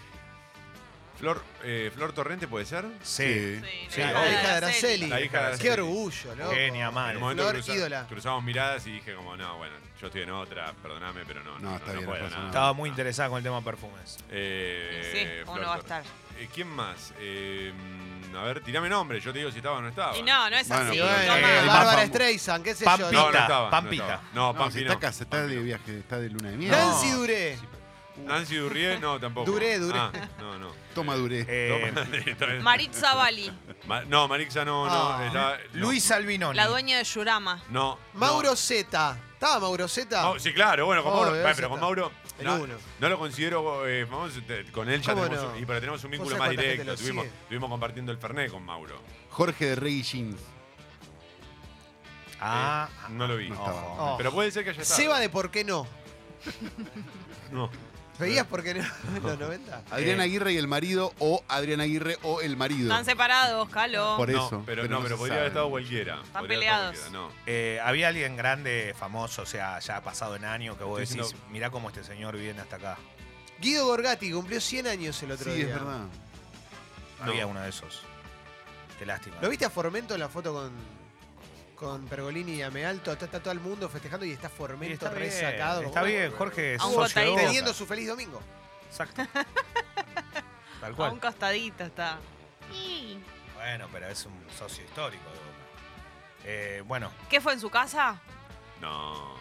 Speaker 3: Flor, eh, Flor Torrente puede ser.
Speaker 2: Sí.
Speaker 4: Sí,
Speaker 2: Sí,
Speaker 4: la
Speaker 2: obvio.
Speaker 1: La hija de Araceli.
Speaker 3: La hija de Araceli.
Speaker 1: Qué orgullo, loco.
Speaker 2: Genia,
Speaker 3: En el
Speaker 2: madre.
Speaker 3: momento
Speaker 1: Flor,
Speaker 3: cruza-
Speaker 1: ídola.
Speaker 3: cruzamos miradas y dije como, no, bueno, yo estoy en otra, perdóname, pero no, no,
Speaker 5: No,
Speaker 3: no,
Speaker 5: está
Speaker 3: no
Speaker 5: bien,
Speaker 3: puedo
Speaker 5: no pasa
Speaker 3: nada.
Speaker 5: nada.
Speaker 2: Estaba muy interesada con el tema perfumes.
Speaker 3: Eh,
Speaker 4: Sí,
Speaker 3: Flor
Speaker 4: uno va a
Speaker 3: Torrente.
Speaker 4: estar.
Speaker 3: Eh, ¿Quién más? Eh, a ver, tirame nombre, yo te digo si estaba o no estaba.
Speaker 4: Y no, no es
Speaker 5: Bueno,
Speaker 4: así.
Speaker 1: Y bueno,
Speaker 5: pero-
Speaker 4: Tomá.
Speaker 1: eh,
Speaker 5: hay más
Speaker 1: Bárbara
Speaker 5: famo-
Speaker 1: Streisand, qué sé
Speaker 2: Pampi.
Speaker 1: yo.
Speaker 3: No, no
Speaker 1: No,
Speaker 2: Pampita,
Speaker 3: estaba.
Speaker 2: Pampita.
Speaker 3: No, estaba. no
Speaker 5: No,
Speaker 3: Pampi
Speaker 5: si
Speaker 3: no.
Speaker 5: está casa, está de viaje, está de luna de miel.
Speaker 1: Nancy
Speaker 2: No.
Speaker 1: Duré.
Speaker 3: Nancy Durrié, no, tampoco.
Speaker 1: Duré, Duré.
Speaker 3: Ah, no, no.
Speaker 5: Toma duré.
Speaker 2: Eh,
Speaker 3: Está bien.
Speaker 4: Maritza Bali,
Speaker 3: Ma- no, Marixa no, no.
Speaker 1: Ah.
Speaker 3: estaba- no.
Speaker 2: Luis Albinoni.
Speaker 4: la dueña de Yurama.
Speaker 3: No.
Speaker 1: Mauro Zeta. ¿Estaba Mauro Zeta?
Speaker 3: No. Oh, sí, claro, bueno, con
Speaker 1: Obvio,
Speaker 3: Mauro. Bueno,
Speaker 1: ese
Speaker 3: pero con
Speaker 1: está.
Speaker 3: Mauro.
Speaker 1: El
Speaker 3: No,
Speaker 1: uno.
Speaker 3: no lo considero eh, famoso, te- con él ya
Speaker 1: ¿Cómo
Speaker 3: tenemos,
Speaker 1: no?
Speaker 3: un- y pero tenemos un
Speaker 1: ¿Vos
Speaker 3: vínculo
Speaker 1: sabés
Speaker 3: más
Speaker 1: cuánta gente
Speaker 3: directo.
Speaker 1: lo
Speaker 3: Estuvimos,
Speaker 1: sigue?
Speaker 3: estuvimos compartiendo el Ferné con Mauro. eh,
Speaker 5: Jorge de Rey Jeans.
Speaker 1: Eh.
Speaker 2: Ah,
Speaker 3: Eh, no lo vi.
Speaker 5: No estaba.
Speaker 1: Oh.
Speaker 3: Pero puede ser que haya estado.
Speaker 1: Seba de por qué no.
Speaker 3: No. Eh.
Speaker 1: ¿Veías por qué no en los 90?
Speaker 5: Adrián
Speaker 2: Eh.
Speaker 5: Aguirre y el marido, o Adrián Aguirre o el marido.
Speaker 4: Están separados, Calo.
Speaker 5: Por
Speaker 3: No,
Speaker 5: eso.
Speaker 3: pero, no,
Speaker 5: se
Speaker 3: pero podría
Speaker 5: sabe.
Speaker 3: haber estado cualquiera. Podría haber estado
Speaker 4: peleados.
Speaker 3: cualquiera, No.
Speaker 2: eh, había alguien grande, famoso, o sea, ya pasado en año, que vos
Speaker 3: Estoy
Speaker 2: decís,
Speaker 3: diciendo-
Speaker 2: mirá cómo este señor viene hasta acá.
Speaker 1: Guido Gorgati cumplió 100 años el otro
Speaker 5: Sí,
Speaker 1: día.
Speaker 5: es verdad.
Speaker 2: Había
Speaker 3: No.
Speaker 2: uno de esos. Qué lástima.
Speaker 1: ¿Lo viste a Formento en la foto con, con Pergolini y Amealto? Está, está todo el mundo festejando y está
Speaker 2: Y
Speaker 1: Formento
Speaker 2: está bien,
Speaker 1: resacado.
Speaker 2: está bien, Jorge. es
Speaker 4: A un
Speaker 2: socio de
Speaker 4: botadito.
Speaker 2: Boca.
Speaker 1: Teniendo su feliz domingo.
Speaker 2: Exacto. Tal
Speaker 4: A un
Speaker 2: cual.
Speaker 4: costadito está.
Speaker 2: Bueno, pero es un socio histórico de Boca. Eh, bueno,
Speaker 4: ¿Qué fue en su casa?
Speaker 3: No.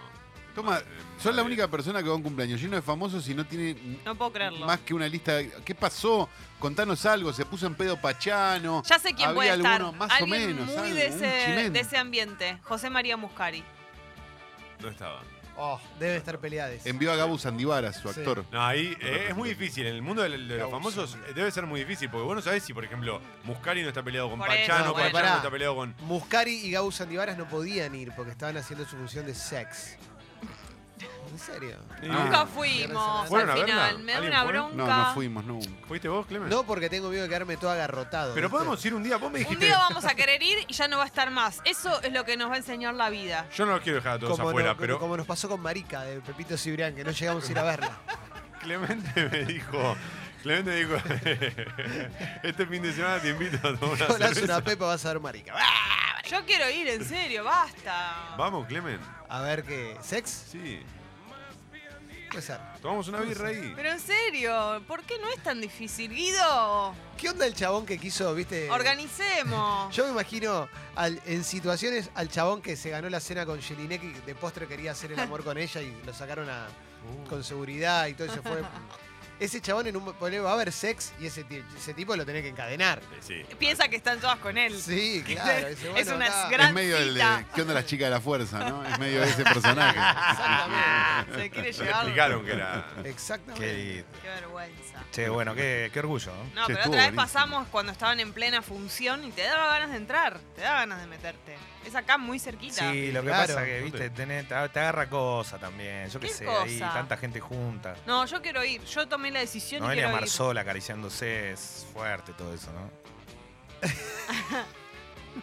Speaker 5: Toma,
Speaker 3: Madre-
Speaker 5: sos la
Speaker 3: madre.
Speaker 5: única persona que va a un cumpleaños lleno de famosos y no tiene
Speaker 4: No puedo creerlo.
Speaker 5: más que una lista. de- ¿Qué pasó? Contanos algo. Se puso en pedo Pachano.
Speaker 4: Ya sé quién
Speaker 5: Había
Speaker 4: puede
Speaker 5: alguno
Speaker 4: estar.
Speaker 5: más o
Speaker 4: Alguien
Speaker 5: menos,
Speaker 4: muy
Speaker 5: algo,
Speaker 4: de,
Speaker 5: un
Speaker 4: ese,
Speaker 5: chimento.
Speaker 4: de ese ambiente. José María Muscari.
Speaker 3: No estaba.
Speaker 1: Oh, debe estar peleades.
Speaker 5: Envió a Gabo Sandivaras, su
Speaker 1: Sí.
Speaker 5: actor.
Speaker 3: No, ahí eh, es muy difícil. En el mundo del- de, los famosos eh, debe ser muy difícil. Porque vos no sabés si, por ejemplo, Muscari no está peleado con
Speaker 4: Por eso,
Speaker 3: Pachano,
Speaker 4: bueno.
Speaker 3: Pachano
Speaker 1: Pará.
Speaker 3: no está peleado con.
Speaker 1: Muscari y Gabo Sandivaras no podían ir porque estaban haciendo su función de sex. ¿En serio?
Speaker 4: Nunca
Speaker 5: Ah.
Speaker 4: fuimos
Speaker 3: ¿Fueron a
Speaker 4: al
Speaker 3: verla?
Speaker 4: final. Me da
Speaker 3: ¿Alguien
Speaker 4: una
Speaker 3: fue?
Speaker 4: bronca.
Speaker 5: No, no fuimos nunca.
Speaker 3: ¿Fuiste vos, Clemen?
Speaker 1: No, porque tengo miedo de quedarme todo agarrotado.
Speaker 3: Pero
Speaker 1: ¿viste?
Speaker 3: podemos ir un día. Vos me
Speaker 4: Un
Speaker 3: dijiste.
Speaker 4: día vamos a querer ir y ya no va a estar más. Eso es lo que nos va a enseñar la vida.
Speaker 3: Yo no los quiero dejar a todos
Speaker 1: Como, no-
Speaker 3: afuera,
Speaker 1: como-
Speaker 3: pero
Speaker 1: como nos pasó con Marica de Pepito Cibrián, que no llegamos a ir a verla.
Speaker 3: Clemente me dijo. Clemente dijo. este fin de semana te invito a tomar una
Speaker 1: Hola,
Speaker 3: cerveza.
Speaker 1: una pepa, vas a ver Marica.
Speaker 4: Yo quiero ir, en serio, basta.
Speaker 3: Vamos, Clemen.
Speaker 1: A ver qué. ¿Sex?
Speaker 3: Sí.
Speaker 1: Puede ser.
Speaker 3: Tomamos una birra ahí.
Speaker 4: Pero en serio, ¿por qué no es tan difícil, Guido?
Speaker 1: ¿Qué onda el chabón que quiso, viste?
Speaker 4: Organicemos.
Speaker 1: Eh, Yo me imagino al- en situaciones al chabón que se ganó la cena con Jelinek y
Speaker 2: Uh.
Speaker 1: de postre quería hacer el amor con ella y lo sacaron a- con seguridad y todo eso fue. ese chabón en un ponele, va a haber sex y ese, ti- ese tipo lo tenés que encadenar.
Speaker 3: Sí.
Speaker 4: Piensa que están todas con él.
Speaker 1: Sí, claro. dice,
Speaker 4: Es
Speaker 1: bueno,
Speaker 4: una
Speaker 1: está.
Speaker 4: gran-
Speaker 5: es medio el de.
Speaker 4: cita.
Speaker 5: ¿Qué onda las chicas de la fuerza, no? Es medio ese personaje.
Speaker 4: Ah,
Speaker 1: Exactamente.
Speaker 4: Se quiere
Speaker 3: Le
Speaker 4: llevarlo.
Speaker 3: explicaron que era.
Speaker 2: Qué
Speaker 1: Exactamente.
Speaker 2: lindo.
Speaker 4: Qué vergüenza.
Speaker 2: Che, bueno, qué, qué orgullo, ¿no?
Speaker 4: No,
Speaker 5: Che,
Speaker 4: pero
Speaker 5: estuvo
Speaker 4: otra vez
Speaker 5: buenísimo.
Speaker 4: pasamos cuando estaban en plena función y te daba ganas de entrar, te daba ganas de meterte. Es acá muy cerquita.
Speaker 2: Sí, lo que
Speaker 1: Claro.
Speaker 2: pasa que, viste, tenés- te te agarra cosa también. Yo qué,
Speaker 4: ¿Qué
Speaker 2: sé, ahí
Speaker 4: cosa?
Speaker 2: tanta gente junta.
Speaker 4: No, yo quiero ir. Yo tomé la decisión y
Speaker 2: Noelia
Speaker 4: quiero ir.
Speaker 2: Marzola acariciándose, es fuerte todo eso, ¿no?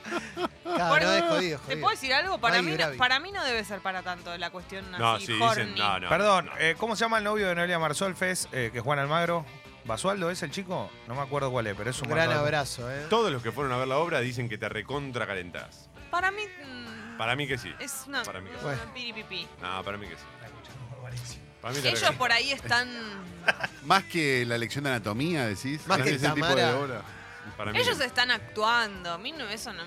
Speaker 1: Claro, Ah, no, es jodido, es
Speaker 4: ¿Te
Speaker 1: jodido.
Speaker 4: puedo decir algo? Para
Speaker 1: Ay,
Speaker 4: mí, no,
Speaker 1: Gravi.
Speaker 4: para mí no debe ser para tanto la cuestión así
Speaker 3: No, sí, dicen.
Speaker 4: horny.
Speaker 3: No, no.
Speaker 2: Perdón,
Speaker 3: no.
Speaker 2: eh, ¿cómo se llama el novio de Noelia Marzolfes, eh, que es Juan Almagro? ¿Basualdo es el chico? No me acuerdo cuál es, pero es un
Speaker 1: Un gran
Speaker 2: matador.
Speaker 1: abrazo, ¿eh?
Speaker 3: Todos los que fueron a ver la obra dicen que te recontra calentás.
Speaker 4: Para mí. mm,
Speaker 3: Para mí que sí.
Speaker 4: Es una.
Speaker 3: Para mí que sí.
Speaker 4: una
Speaker 1: Bueno.
Speaker 4: piripipí.
Speaker 3: No, para mí que sí. Para mí te
Speaker 4: Ellos
Speaker 3: recontra-
Speaker 4: por ahí están.
Speaker 5: Más que la lección de anatomía, decís.
Speaker 1: Más que
Speaker 5: ¿Es ese tipo de
Speaker 1: Tamara.
Speaker 5: obra?
Speaker 3: para mí
Speaker 4: Ellos
Speaker 3: que-
Speaker 4: están actuando. A mí no, eso no.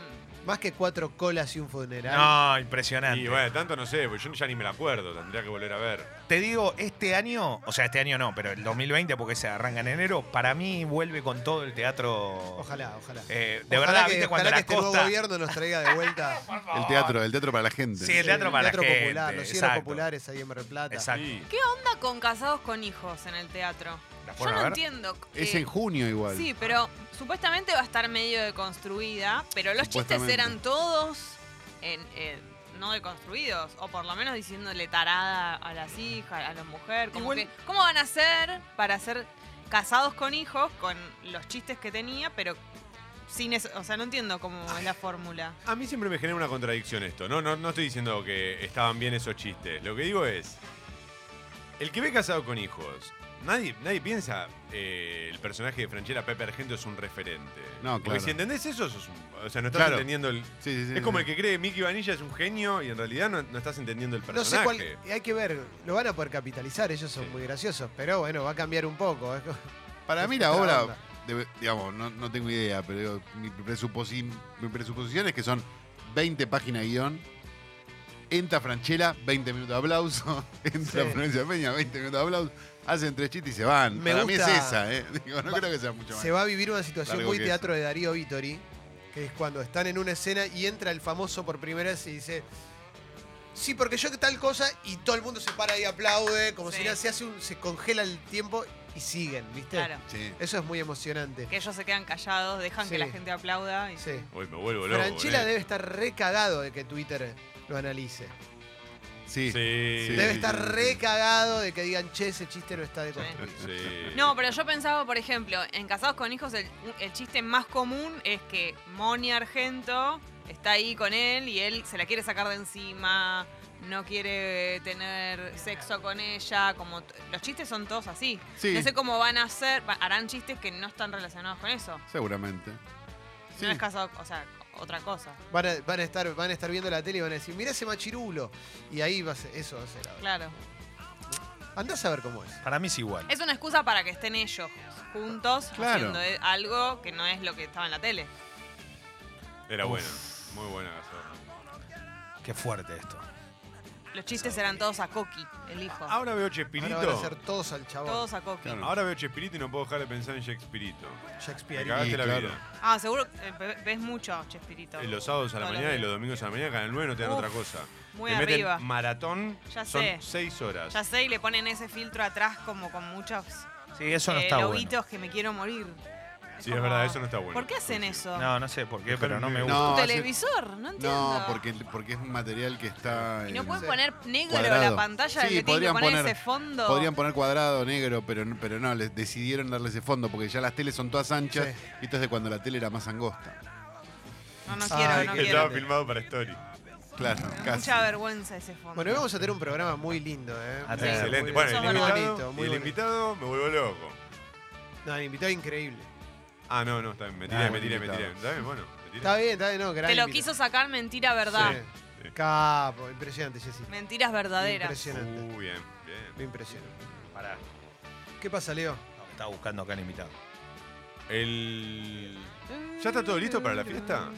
Speaker 1: Más que cuatro colas y un funeral.
Speaker 2: No, impresionante.
Speaker 3: Y bueno, tanto no sé, porque yo ya ni me la acuerdo, tendría que volver a ver.
Speaker 2: Te digo, este año, o sea, este año no, pero el 2020, porque se arranca en enero, para mí vuelve con todo el teatro.
Speaker 1: Ojalá, ojalá.
Speaker 2: Eh, de
Speaker 1: Ojalá
Speaker 2: verdad,
Speaker 1: que,
Speaker 2: viste, cuando
Speaker 1: ojalá
Speaker 2: la
Speaker 1: que este
Speaker 2: costa.
Speaker 1: nuevo gobierno nos traiga de vuelta
Speaker 2: Por favor.
Speaker 5: El teatro, el teatro para la gente.
Speaker 2: Sí, el teatro para la gente,
Speaker 1: popular, los cielos
Speaker 2: exacto.
Speaker 1: populares ahí en Mar del Plata.
Speaker 2: Exacto.
Speaker 3: Sí.
Speaker 4: Onda con casados con hijos en el teatro.
Speaker 2: ¿La
Speaker 4: Yo
Speaker 2: fueron a
Speaker 4: no
Speaker 2: ver?
Speaker 4: entiendo. que-
Speaker 5: Es en junio igual.
Speaker 4: Sí, pero supuestamente va a estar medio deconstruida, pero los chistes
Speaker 5: Supuestamente.
Speaker 4: eran todos en- eh, no deconstruidos, o por lo menos diciéndole tarada a las hijas, a las mujeres. Como
Speaker 6: Igual-
Speaker 4: que, ¿Cómo van a ser para ser casados con hijos, con los chistes que tenía, pero sin eso? O sea, no entiendo cómo es la fórmula.
Speaker 3: A mí siempre me genera una contradicción esto. No, no, no estoy diciendo que estaban bien esos chistes. Lo que digo es, el que ve casado con hijos, nadie, nadie piensa eh, el personaje de Franchella Pepe Argento es un referente.
Speaker 5: No,
Speaker 3: Porque
Speaker 5: claro.
Speaker 3: si entendés eso, sos un- o sea, no estás
Speaker 5: Claro.
Speaker 3: entendiendo el...
Speaker 5: Sí, sí, sí,
Speaker 3: es como
Speaker 5: sí.
Speaker 3: el que cree Mickey Vanilla es un genio y en realidad no, no estás entendiendo el
Speaker 1: No
Speaker 3: personaje.
Speaker 1: sé cuál. Hay que ver, lo van a poder capitalizar, ellos son
Speaker 3: Sí.
Speaker 1: muy graciosos, pero bueno, va a cambiar un poco. ¿eh? es como-
Speaker 5: Para mí
Speaker 1: Es
Speaker 5: la
Speaker 1: otra
Speaker 5: obra,
Speaker 1: onda.
Speaker 5: debe- digamos, no, no tengo idea, pero digo, mi, presuposi- mi presuposición es que son 20 páginas de guión. Entra Franchella, 20 minutos de aplauso. Entra
Speaker 1: Sí.
Speaker 5: Florencia Peña, 20 minutos de aplauso. Hacen tres chistes y se van.
Speaker 1: Me
Speaker 5: Para mí es
Speaker 1: gusta-
Speaker 5: esa, ¿eh? Digo, no
Speaker 1: Va-
Speaker 5: creo que sea mucho más.
Speaker 1: Se va a vivir una situación
Speaker 5: Largo
Speaker 1: muy
Speaker 5: que
Speaker 1: teatro de Darío Vittori, que es cuando están en una escena y entra el famoso por primera vez y dice. Sí, porque yo que tal cosa y todo el mundo se para y aplaude, como
Speaker 4: Sí.
Speaker 1: si nada, se hace un, se congela el tiempo y siguen, ¿viste?
Speaker 4: Claro.
Speaker 5: Sí.
Speaker 1: Eso es muy emocionante.
Speaker 4: Que ellos se quedan callados, dejan
Speaker 1: Sí.
Speaker 4: que la gente aplauda. Y...
Speaker 1: Sí.
Speaker 3: Uy, me vuelvo loco.
Speaker 1: Franchella
Speaker 3: eh.
Speaker 1: debe estar recagado de que Twitter lo analice.
Speaker 5: Sí.
Speaker 3: Sí.
Speaker 1: Debe
Speaker 5: Sí.
Speaker 1: estar recagado de que digan, che, ese chiste no está de construido.
Speaker 3: Sí.
Speaker 4: No, pero yo pensaba, por ejemplo, en Casados con Hijos el, el chiste más común es que Moni Argento está ahí con él y él se la quiere sacar de encima, no quiere tener sexo con ella, como t- los chistes son todos así.
Speaker 5: Sí.
Speaker 4: No sé cómo van a hacer, va- harán chistes que no están relacionados con eso.
Speaker 5: Seguramente. Sí.
Speaker 4: No es casado, o sea, otra cosa.
Speaker 1: Van a, van a estar, van a estar viendo la tele y van a decir, mirá ese machirulo. Y ahí va a ser, eso va a ser ahora.
Speaker 4: Claro.
Speaker 1: Andás a ver cómo es.
Speaker 2: Para mí es igual.
Speaker 4: Es una excusa para que estén ellos juntos
Speaker 5: Claro.
Speaker 4: haciendo eh, algo que no es lo que estaba en la tele.
Speaker 3: Era bueno. Muy buena Gazón.
Speaker 2: Qué fuerte esto.
Speaker 4: Los chistes eran todos a Coqui, el hijo.
Speaker 3: Ahora veo
Speaker 1: Ahora van a
Speaker 3: Chespirito.
Speaker 1: ser todos al chabón.
Speaker 4: Todos a Coqui.
Speaker 5: Claro.
Speaker 3: Ahora veo Chespirito y no puedo dejar de pensar en Shakespearito. Me
Speaker 1: Shakespeare.
Speaker 3: cagaste
Speaker 5: Sí,
Speaker 3: la
Speaker 5: claro.
Speaker 3: vida.
Speaker 4: Ah, seguro eh, ve- ves mucho Chespirito.
Speaker 3: Eh, Los sábados a la
Speaker 4: Todos
Speaker 3: mañana y
Speaker 4: días.
Speaker 3: los domingos a la mañana, Canal 9 no te dan
Speaker 4: Uf,
Speaker 3: otra cosa.
Speaker 4: Muy
Speaker 3: te meten
Speaker 4: arriba.
Speaker 3: maratón,
Speaker 4: Ya
Speaker 3: son
Speaker 4: sé.
Speaker 3: 6 horas.
Speaker 4: Ya sé, y le ponen ese filtro atrás como con muchos
Speaker 2: Sí, eso no
Speaker 4: eh,
Speaker 2: está
Speaker 4: lobitos
Speaker 2: bueno.
Speaker 4: que me quiero morir.
Speaker 3: Sí, es verdad, eso no está bueno.
Speaker 4: ¿Por qué hacen eso?
Speaker 2: No, no sé por qué, pero no me gusta.
Speaker 5: No,
Speaker 4: ¿Tu
Speaker 5: hace-
Speaker 4: televisor? No entiendo.
Speaker 5: No, porque, porque es un material que está.
Speaker 4: Y no
Speaker 5: en-
Speaker 4: pueden poner negro
Speaker 5: Cuadrado.
Speaker 4: la pantalla,
Speaker 5: Sí,
Speaker 4: le tienen que
Speaker 5: podrían
Speaker 4: poner,
Speaker 5: poner-
Speaker 4: ese fondo.
Speaker 5: Podrían poner cuadrado, negro, pero, no- pero no, les decidieron darle ese fondo, porque ya las teles son todas anchas,
Speaker 1: Sí.
Speaker 5: y esto es de cuando la tele era más angosta.
Speaker 4: No, no
Speaker 1: Ay,
Speaker 4: quiero, no
Speaker 1: qué
Speaker 4: quiero.
Speaker 3: Estaba filmado para Story.
Speaker 5: Claro, casi.
Speaker 4: Mucha vergüenza ese fondo.
Speaker 1: Bueno, hoy vamos a tener un programa muy lindo, ¿eh?
Speaker 2: Ah,
Speaker 1: Muy
Speaker 2: sí.
Speaker 3: Excelente.
Speaker 1: muy
Speaker 3: Bueno,
Speaker 4: Eso
Speaker 3: el
Speaker 4: es
Speaker 1: muy
Speaker 3: invitado,
Speaker 1: bonito, muy
Speaker 3: el
Speaker 1: bonito.
Speaker 3: invitado me vuelvo loco.
Speaker 1: No, el invitado increíble.
Speaker 3: Ah, no, no, está bien. Me
Speaker 5: Ah,
Speaker 3: tiré, me
Speaker 5: buen
Speaker 3: tiré, me tiré.
Speaker 5: invitado.
Speaker 3: Dame, bueno, me tiré.
Speaker 1: Está bien, está bien, no, gran
Speaker 4: Te lo
Speaker 1: invitado.
Speaker 4: quiso sacar mentira verdad.
Speaker 1: Sí. Capo, impresionante, Jessy.
Speaker 4: Mentiras verdaderas.
Speaker 1: Impresionante.
Speaker 3: Uh, bien, bien.
Speaker 1: Me impresiona.
Speaker 2: Pará,
Speaker 1: ¿Qué pasa, Leo?
Speaker 2: no, me estaba buscando acá el invitado.
Speaker 3: El... ¿Ya está todo listo para la fiesta?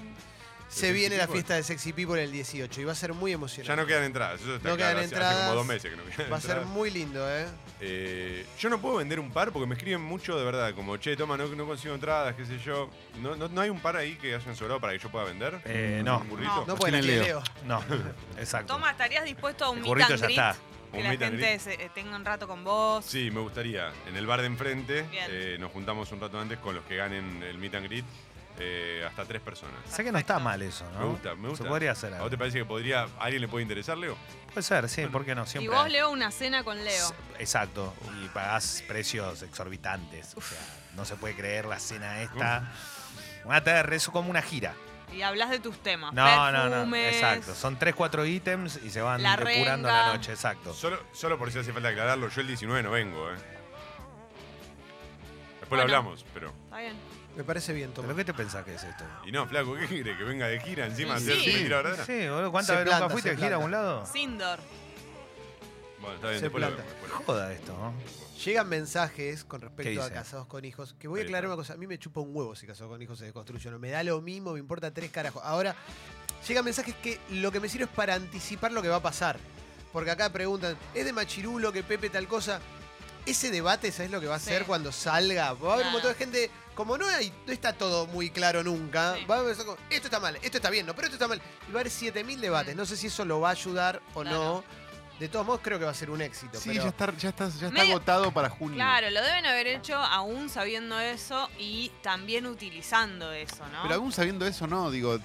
Speaker 1: Se viene la fiesta de Sexy People el 18 y va a ser muy
Speaker 3: Ya
Speaker 1: emocionante.
Speaker 3: no quedan entradas. Eso está
Speaker 1: No
Speaker 3: claro,
Speaker 1: quedan
Speaker 3: hace- Hace
Speaker 1: entradas.
Speaker 3: como dos meses que no quedan
Speaker 1: Va a ser
Speaker 3: entradas.
Speaker 1: muy lindo, ¿eh?
Speaker 3: Eh, yo no puedo vender un par porque me escriben mucho de verdad, como, che, toma, no, no consigo entradas, qué sé yo. No, no, no hay un par ahí que hayan sobrado para que yo pueda vender?
Speaker 2: Eh,
Speaker 1: Mm.
Speaker 2: no.
Speaker 3: ¿Un burrito?
Speaker 1: No pueden
Speaker 5: Leo.
Speaker 1: Leo.
Speaker 2: No, exacto.
Speaker 4: Toma, ¿estarías dispuesto a un
Speaker 2: El
Speaker 4: meet
Speaker 2: burrito
Speaker 4: and
Speaker 2: ya
Speaker 4: greet?
Speaker 2: está.
Speaker 4: Que
Speaker 3: Un
Speaker 4: la
Speaker 3: meet and
Speaker 4: gente
Speaker 3: greet.
Speaker 4: se- eh, tenga un rato con vos.
Speaker 3: Sí, me gustaría. En el bar de enfrente
Speaker 4: Bien.
Speaker 3: eh, nos juntamos un rato antes con los que ganen el meet and greet, eh, hasta tres personas.
Speaker 2: Sé que no está mal eso, ¿no?
Speaker 3: Me gusta, me gusta.
Speaker 2: Se podría hacer
Speaker 3: ¿A vos
Speaker 2: algo.
Speaker 3: te parece que podría, a alguien le puede interesar, Leo?
Speaker 2: Puede ser, sí, ¿por qué no?
Speaker 4: y
Speaker 2: Siempre.
Speaker 4: vos, Leo, una cena con Leo.
Speaker 2: Exacto. Y pagás precios exorbitantes. O sea, no se puede creer la cena esta. Una tarde, eso como una gira.
Speaker 4: Y hablas de tus temas.
Speaker 2: No, no, no.
Speaker 4: Perfumes,
Speaker 2: Exacto. Son 3, 4 ítems y se van
Speaker 4: La
Speaker 2: depurando
Speaker 4: renga.
Speaker 2: la noche. Exacto.
Speaker 3: Solo, solo por si hace falta aclararlo, yo el 19 no vengo, ¿eh?
Speaker 4: Bueno.
Speaker 3: Después lo hablamos, pero...
Speaker 4: Está bien.
Speaker 1: Me parece bien,
Speaker 2: ¿Pero
Speaker 1: Tomás.
Speaker 2: qué te pensás que es esto?
Speaker 3: Y no, flaco, ¿qué quiere? ¿Que venga de gira encima?
Speaker 4: Sí.
Speaker 3: ¿Hacer
Speaker 4: Sí.
Speaker 3: mentira verdadera?
Speaker 2: Sí, boludo.
Speaker 1: Se
Speaker 2: ¿Cuántas veces
Speaker 1: planta,
Speaker 2: nunca fuiste
Speaker 1: se
Speaker 2: de gira a
Speaker 1: planta.
Speaker 2: algún lado?
Speaker 4: Sindor.
Speaker 3: Bueno, está bien,
Speaker 1: Se
Speaker 3: después lo
Speaker 1: planta.
Speaker 3: vemos, después lo vemos.
Speaker 2: Joda esto, ¿no?
Speaker 1: Llegan mensajes con
Speaker 2: ¿Qué
Speaker 1: respecto a
Speaker 2: dice?
Speaker 1: casados con hijos. Que voy a
Speaker 3: Ahí
Speaker 1: aclarar
Speaker 3: está.
Speaker 1: una cosa. A mí me chupa un huevo si casados con hijos se deconstruye o no. Me da lo mismo, me importa tres carajos. Ahora, llegan mensajes que lo que me sirve es para anticipar lo que va a pasar. Porque acá preguntan, ¿es de Machirulo que Pepe tal cosa? Ese debate, ¿sabes lo que va a
Speaker 4: Sí.
Speaker 1: ser cuando salga? Va a haber un
Speaker 4: Claro.
Speaker 1: montón de gente. Como no, hay, no está todo muy claro nunca,
Speaker 4: Sí.
Speaker 1: va a haber eso como, esto está mal, esto está bien, no, pero esto está mal. Y va a haber 7000 debates.
Speaker 4: Mm.
Speaker 1: No sé si eso lo va a ayudar o
Speaker 4: Claro.
Speaker 1: no. De todos modos, creo que va a ser un éxito.
Speaker 5: Sí,
Speaker 1: pero-
Speaker 5: ya está, ya está, ya está
Speaker 4: Medio-
Speaker 5: agotado para
Speaker 2: Mm.
Speaker 5: junio.
Speaker 4: Claro, lo deben haber hecho aún sabiendo eso y también utilizando eso, ¿no?
Speaker 5: Pero aún sabiendo eso, no, digo,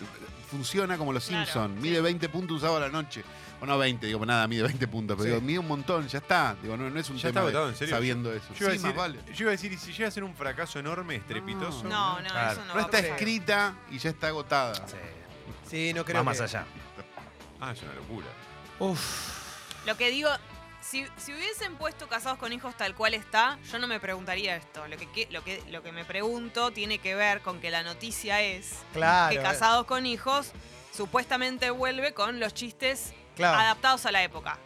Speaker 5: funciona como los
Speaker 4: Claro,
Speaker 5: Simpsons.
Speaker 4: sí.
Speaker 5: Mide 20 puntos un sábado a la noche. O no 20, digo, nada, mide 20 puntos. Pero
Speaker 1: Sí.
Speaker 5: digo, mide un montón, ya está. Digo, no, no es un
Speaker 3: Ya
Speaker 5: tema
Speaker 3: está
Speaker 5: de-
Speaker 3: agotado, ¿en serio?
Speaker 5: sabiendo eso.
Speaker 3: Yo iba, a
Speaker 5: Sí, más
Speaker 3: decir,
Speaker 5: vale.
Speaker 3: yo iba a decir, y si llega a ser un fracaso enorme, estrepitoso.
Speaker 4: No, no,
Speaker 2: Claro.
Speaker 4: eso no.
Speaker 5: No,
Speaker 4: va a
Speaker 5: está
Speaker 4: pasar.
Speaker 5: escrita y ya está agotada.
Speaker 2: Sí.
Speaker 1: Sí, no creo
Speaker 2: Va más
Speaker 1: que-
Speaker 2: allá.
Speaker 3: Ah, es una locura.
Speaker 2: Uf.
Speaker 4: Lo que digo, si, si hubiesen puesto casados con hijos tal cual está, yo no me preguntaría esto. Lo que, que- lo que, lo que me pregunto tiene que ver con que la noticia es
Speaker 1: Claro.
Speaker 4: que
Speaker 1: eh.
Speaker 4: casados con hijos supuestamente vuelve con los chistes
Speaker 1: Claro.
Speaker 4: adaptados a la época.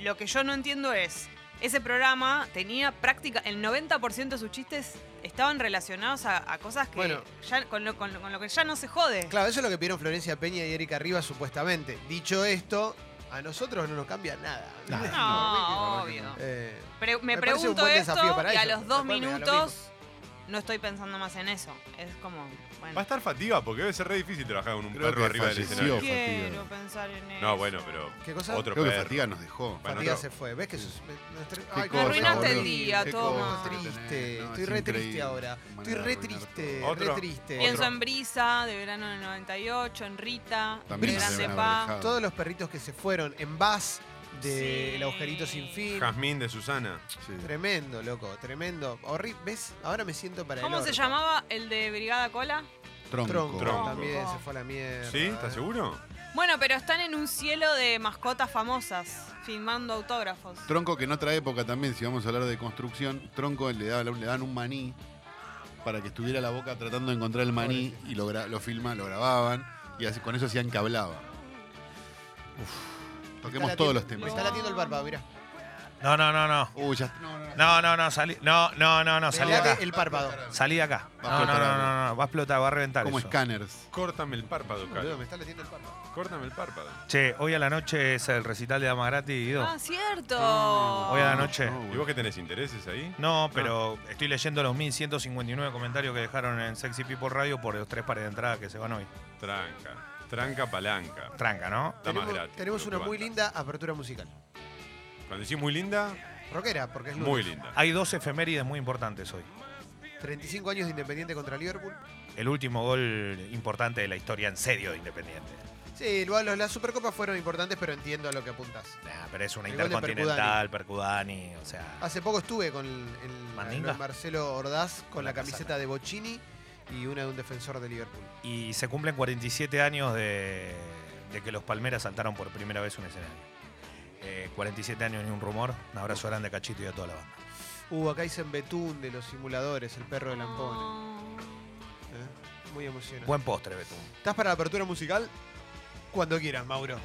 Speaker 4: Lo que yo no entiendo es, ese programa tenía práctica, el 90% de sus chistes estaban relacionados a, a cosas que
Speaker 1: Bueno.
Speaker 4: ya, con, lo, con lo- con lo que ya no se jode.
Speaker 1: Claro, eso es lo que pidieron Florencia Peña y Erika Rivas supuestamente. Dicho esto, a nosotros no nos cambia nada.
Speaker 4: No,
Speaker 5: No, la verdad que no.
Speaker 4: obvio.
Speaker 1: Eh,
Speaker 4: Pre- me,
Speaker 1: Me parece un
Speaker 4: pregunto
Speaker 1: buen
Speaker 4: esto
Speaker 1: desafío para
Speaker 4: y a
Speaker 1: ellos.
Speaker 4: los dos
Speaker 1: Después me da lo
Speaker 4: minutos no estoy pensando más en eso. Es como,
Speaker 3: Va a
Speaker 4: bueno,
Speaker 3: estar fatiga porque debe ser re difícil trabajar con un
Speaker 5: Creo
Speaker 3: perro
Speaker 5: que
Speaker 3: arriba del
Speaker 5: falleció.
Speaker 3: escenario.
Speaker 4: quiero pensar en eso.
Speaker 3: No, bueno, pero
Speaker 1: ¿Qué cosa?
Speaker 3: otro
Speaker 5: Creo que
Speaker 3: perro.
Speaker 5: Fatiga nos dejó.
Speaker 3: Bueno,
Speaker 1: Eh, Fatiga
Speaker 3: no.
Speaker 1: se fue. ¿Ves que sos- me, me estre- Ay,
Speaker 5: Qué
Speaker 1: cómo
Speaker 5: cosa,
Speaker 4: arruinaste el
Speaker 5: boludo.
Speaker 4: día,
Speaker 5: Qué
Speaker 4: Toma.
Speaker 5: cosa que
Speaker 1: Triste,
Speaker 5: tenés. No,
Speaker 1: estoy
Speaker 5: es
Speaker 1: re triste
Speaker 5: increíble.
Speaker 1: ahora.
Speaker 5: Manera
Speaker 1: Estoy
Speaker 5: de
Speaker 1: re
Speaker 5: arruinar
Speaker 1: triste,
Speaker 5: todo.
Speaker 1: re
Speaker 3: Otro.
Speaker 1: triste.
Speaker 4: Pienso
Speaker 3: Otro.
Speaker 4: en Brisa, de verano del 98, en Rita,
Speaker 5: También
Speaker 4: de
Speaker 5: nos
Speaker 4: Grande
Speaker 5: deben haber
Speaker 4: Pa.
Speaker 5: dejado.
Speaker 1: Todos los perritos que se fueron en Bass de
Speaker 4: Sí.
Speaker 1: El Agujerito Sin Fin.
Speaker 3: Jazmín de Susana.
Speaker 5: Sí.
Speaker 1: Tremendo, loco, tremendo. Horri- ¿Ves? Ahora me siento para el
Speaker 4: ¿Cómo se
Speaker 1: orto.
Speaker 4: llamaba el de Brigada Cola?
Speaker 5: Tronco.
Speaker 1: Tronco.
Speaker 3: Tronco.
Speaker 1: También se fue a la mierda.
Speaker 3: ¿Sí? ¿Estás
Speaker 1: eh.
Speaker 3: seguro?
Speaker 4: Bueno, pero están en un cielo de mascotas famosas, filmando autógrafos.
Speaker 5: Tronco que en otra época también, si vamos a hablar de construcción, Tronco le, daba- le dan un maní para que estuviera la boca tratando de encontrar el maní y lo, gra- lo filman, lo grababan y así- con eso hacían que hablaba. Toquemos
Speaker 1: Está latiendo-
Speaker 5: todos los
Speaker 1: Me
Speaker 5: temas.
Speaker 1: está latiendo el bárbaro, mirá.
Speaker 2: No, no, no, no.
Speaker 5: Uy, ya está. No, no, no.
Speaker 2: No, no, no, salí. No, no, no, no,
Speaker 1: Me
Speaker 2: salí de
Speaker 1: late
Speaker 2: acá.
Speaker 1: el párpado.
Speaker 2: Salí de acá. No, no,
Speaker 5: Va a
Speaker 2: no,
Speaker 5: explotar algo.
Speaker 2: no, no, Va a explotar, va a reventar
Speaker 5: Como
Speaker 2: eso.
Speaker 5: escáneres.
Speaker 3: Córtame el párpado,
Speaker 1: Boludo,
Speaker 3: Calo.
Speaker 1: me está latiendo el párpado.
Speaker 3: Córtame el párpado.
Speaker 2: Che, hoy a la noche es el recital de Damagrati, Guido.
Speaker 4: Ah, cierto.
Speaker 2: Hoy a la noche.
Speaker 5: No,
Speaker 3: ¿Y vos que tenés intereses ahí?
Speaker 2: No, pero estoy leyendo los 1159 comentarios que dejaron en Sexy People Radio por los tres pares de entrada que se van hoy.
Speaker 3: Tranca. Tranca palanca.
Speaker 2: Tranca, ¿no?
Speaker 3: Está más
Speaker 1: Tenemos,
Speaker 3: gratis.
Speaker 1: tenemos
Speaker 3: creo
Speaker 1: una
Speaker 3: que
Speaker 1: muy
Speaker 3: banda.
Speaker 1: linda apertura musical.
Speaker 3: Cuando decís muy linda,
Speaker 1: Rockera, porque es lunes.
Speaker 3: muy linda.
Speaker 2: Hay dos efemérides muy importantes hoy.
Speaker 1: 35 años de Independiente contra Liverpool.
Speaker 2: El último gol importante de la historia en serio de Independiente.
Speaker 1: Sí, lo- los- las Supercopas fueron importantes, pero entiendo a lo que apuntas.
Speaker 2: Nah, pero es una
Speaker 1: El gol de
Speaker 2: intercontinental, Percudani, o sea.
Speaker 1: Hace poco estuve con el, el-
Speaker 2: Mandinga.
Speaker 1: el Marcelo Ordaz con
Speaker 2: Con
Speaker 1: la
Speaker 2: la
Speaker 1: camiseta
Speaker 2: casaca.
Speaker 1: de Bocini y una de un defensor de Liverpool.
Speaker 2: Y se cumplen 47 años de, de que los Palmeras saltaron por primera vez un escenario. Eh, 47 años ni un rumor. Un abrazo grande a Cachito y a toda la banda.
Speaker 1: Uh, acá dicen Betún de los simuladores, el perro de Lampone. ¿eh? Muy emocionante.
Speaker 2: Buen postre, Betún.
Speaker 1: ¿Estás para la apertura musical? Cuando quieras, Mauro.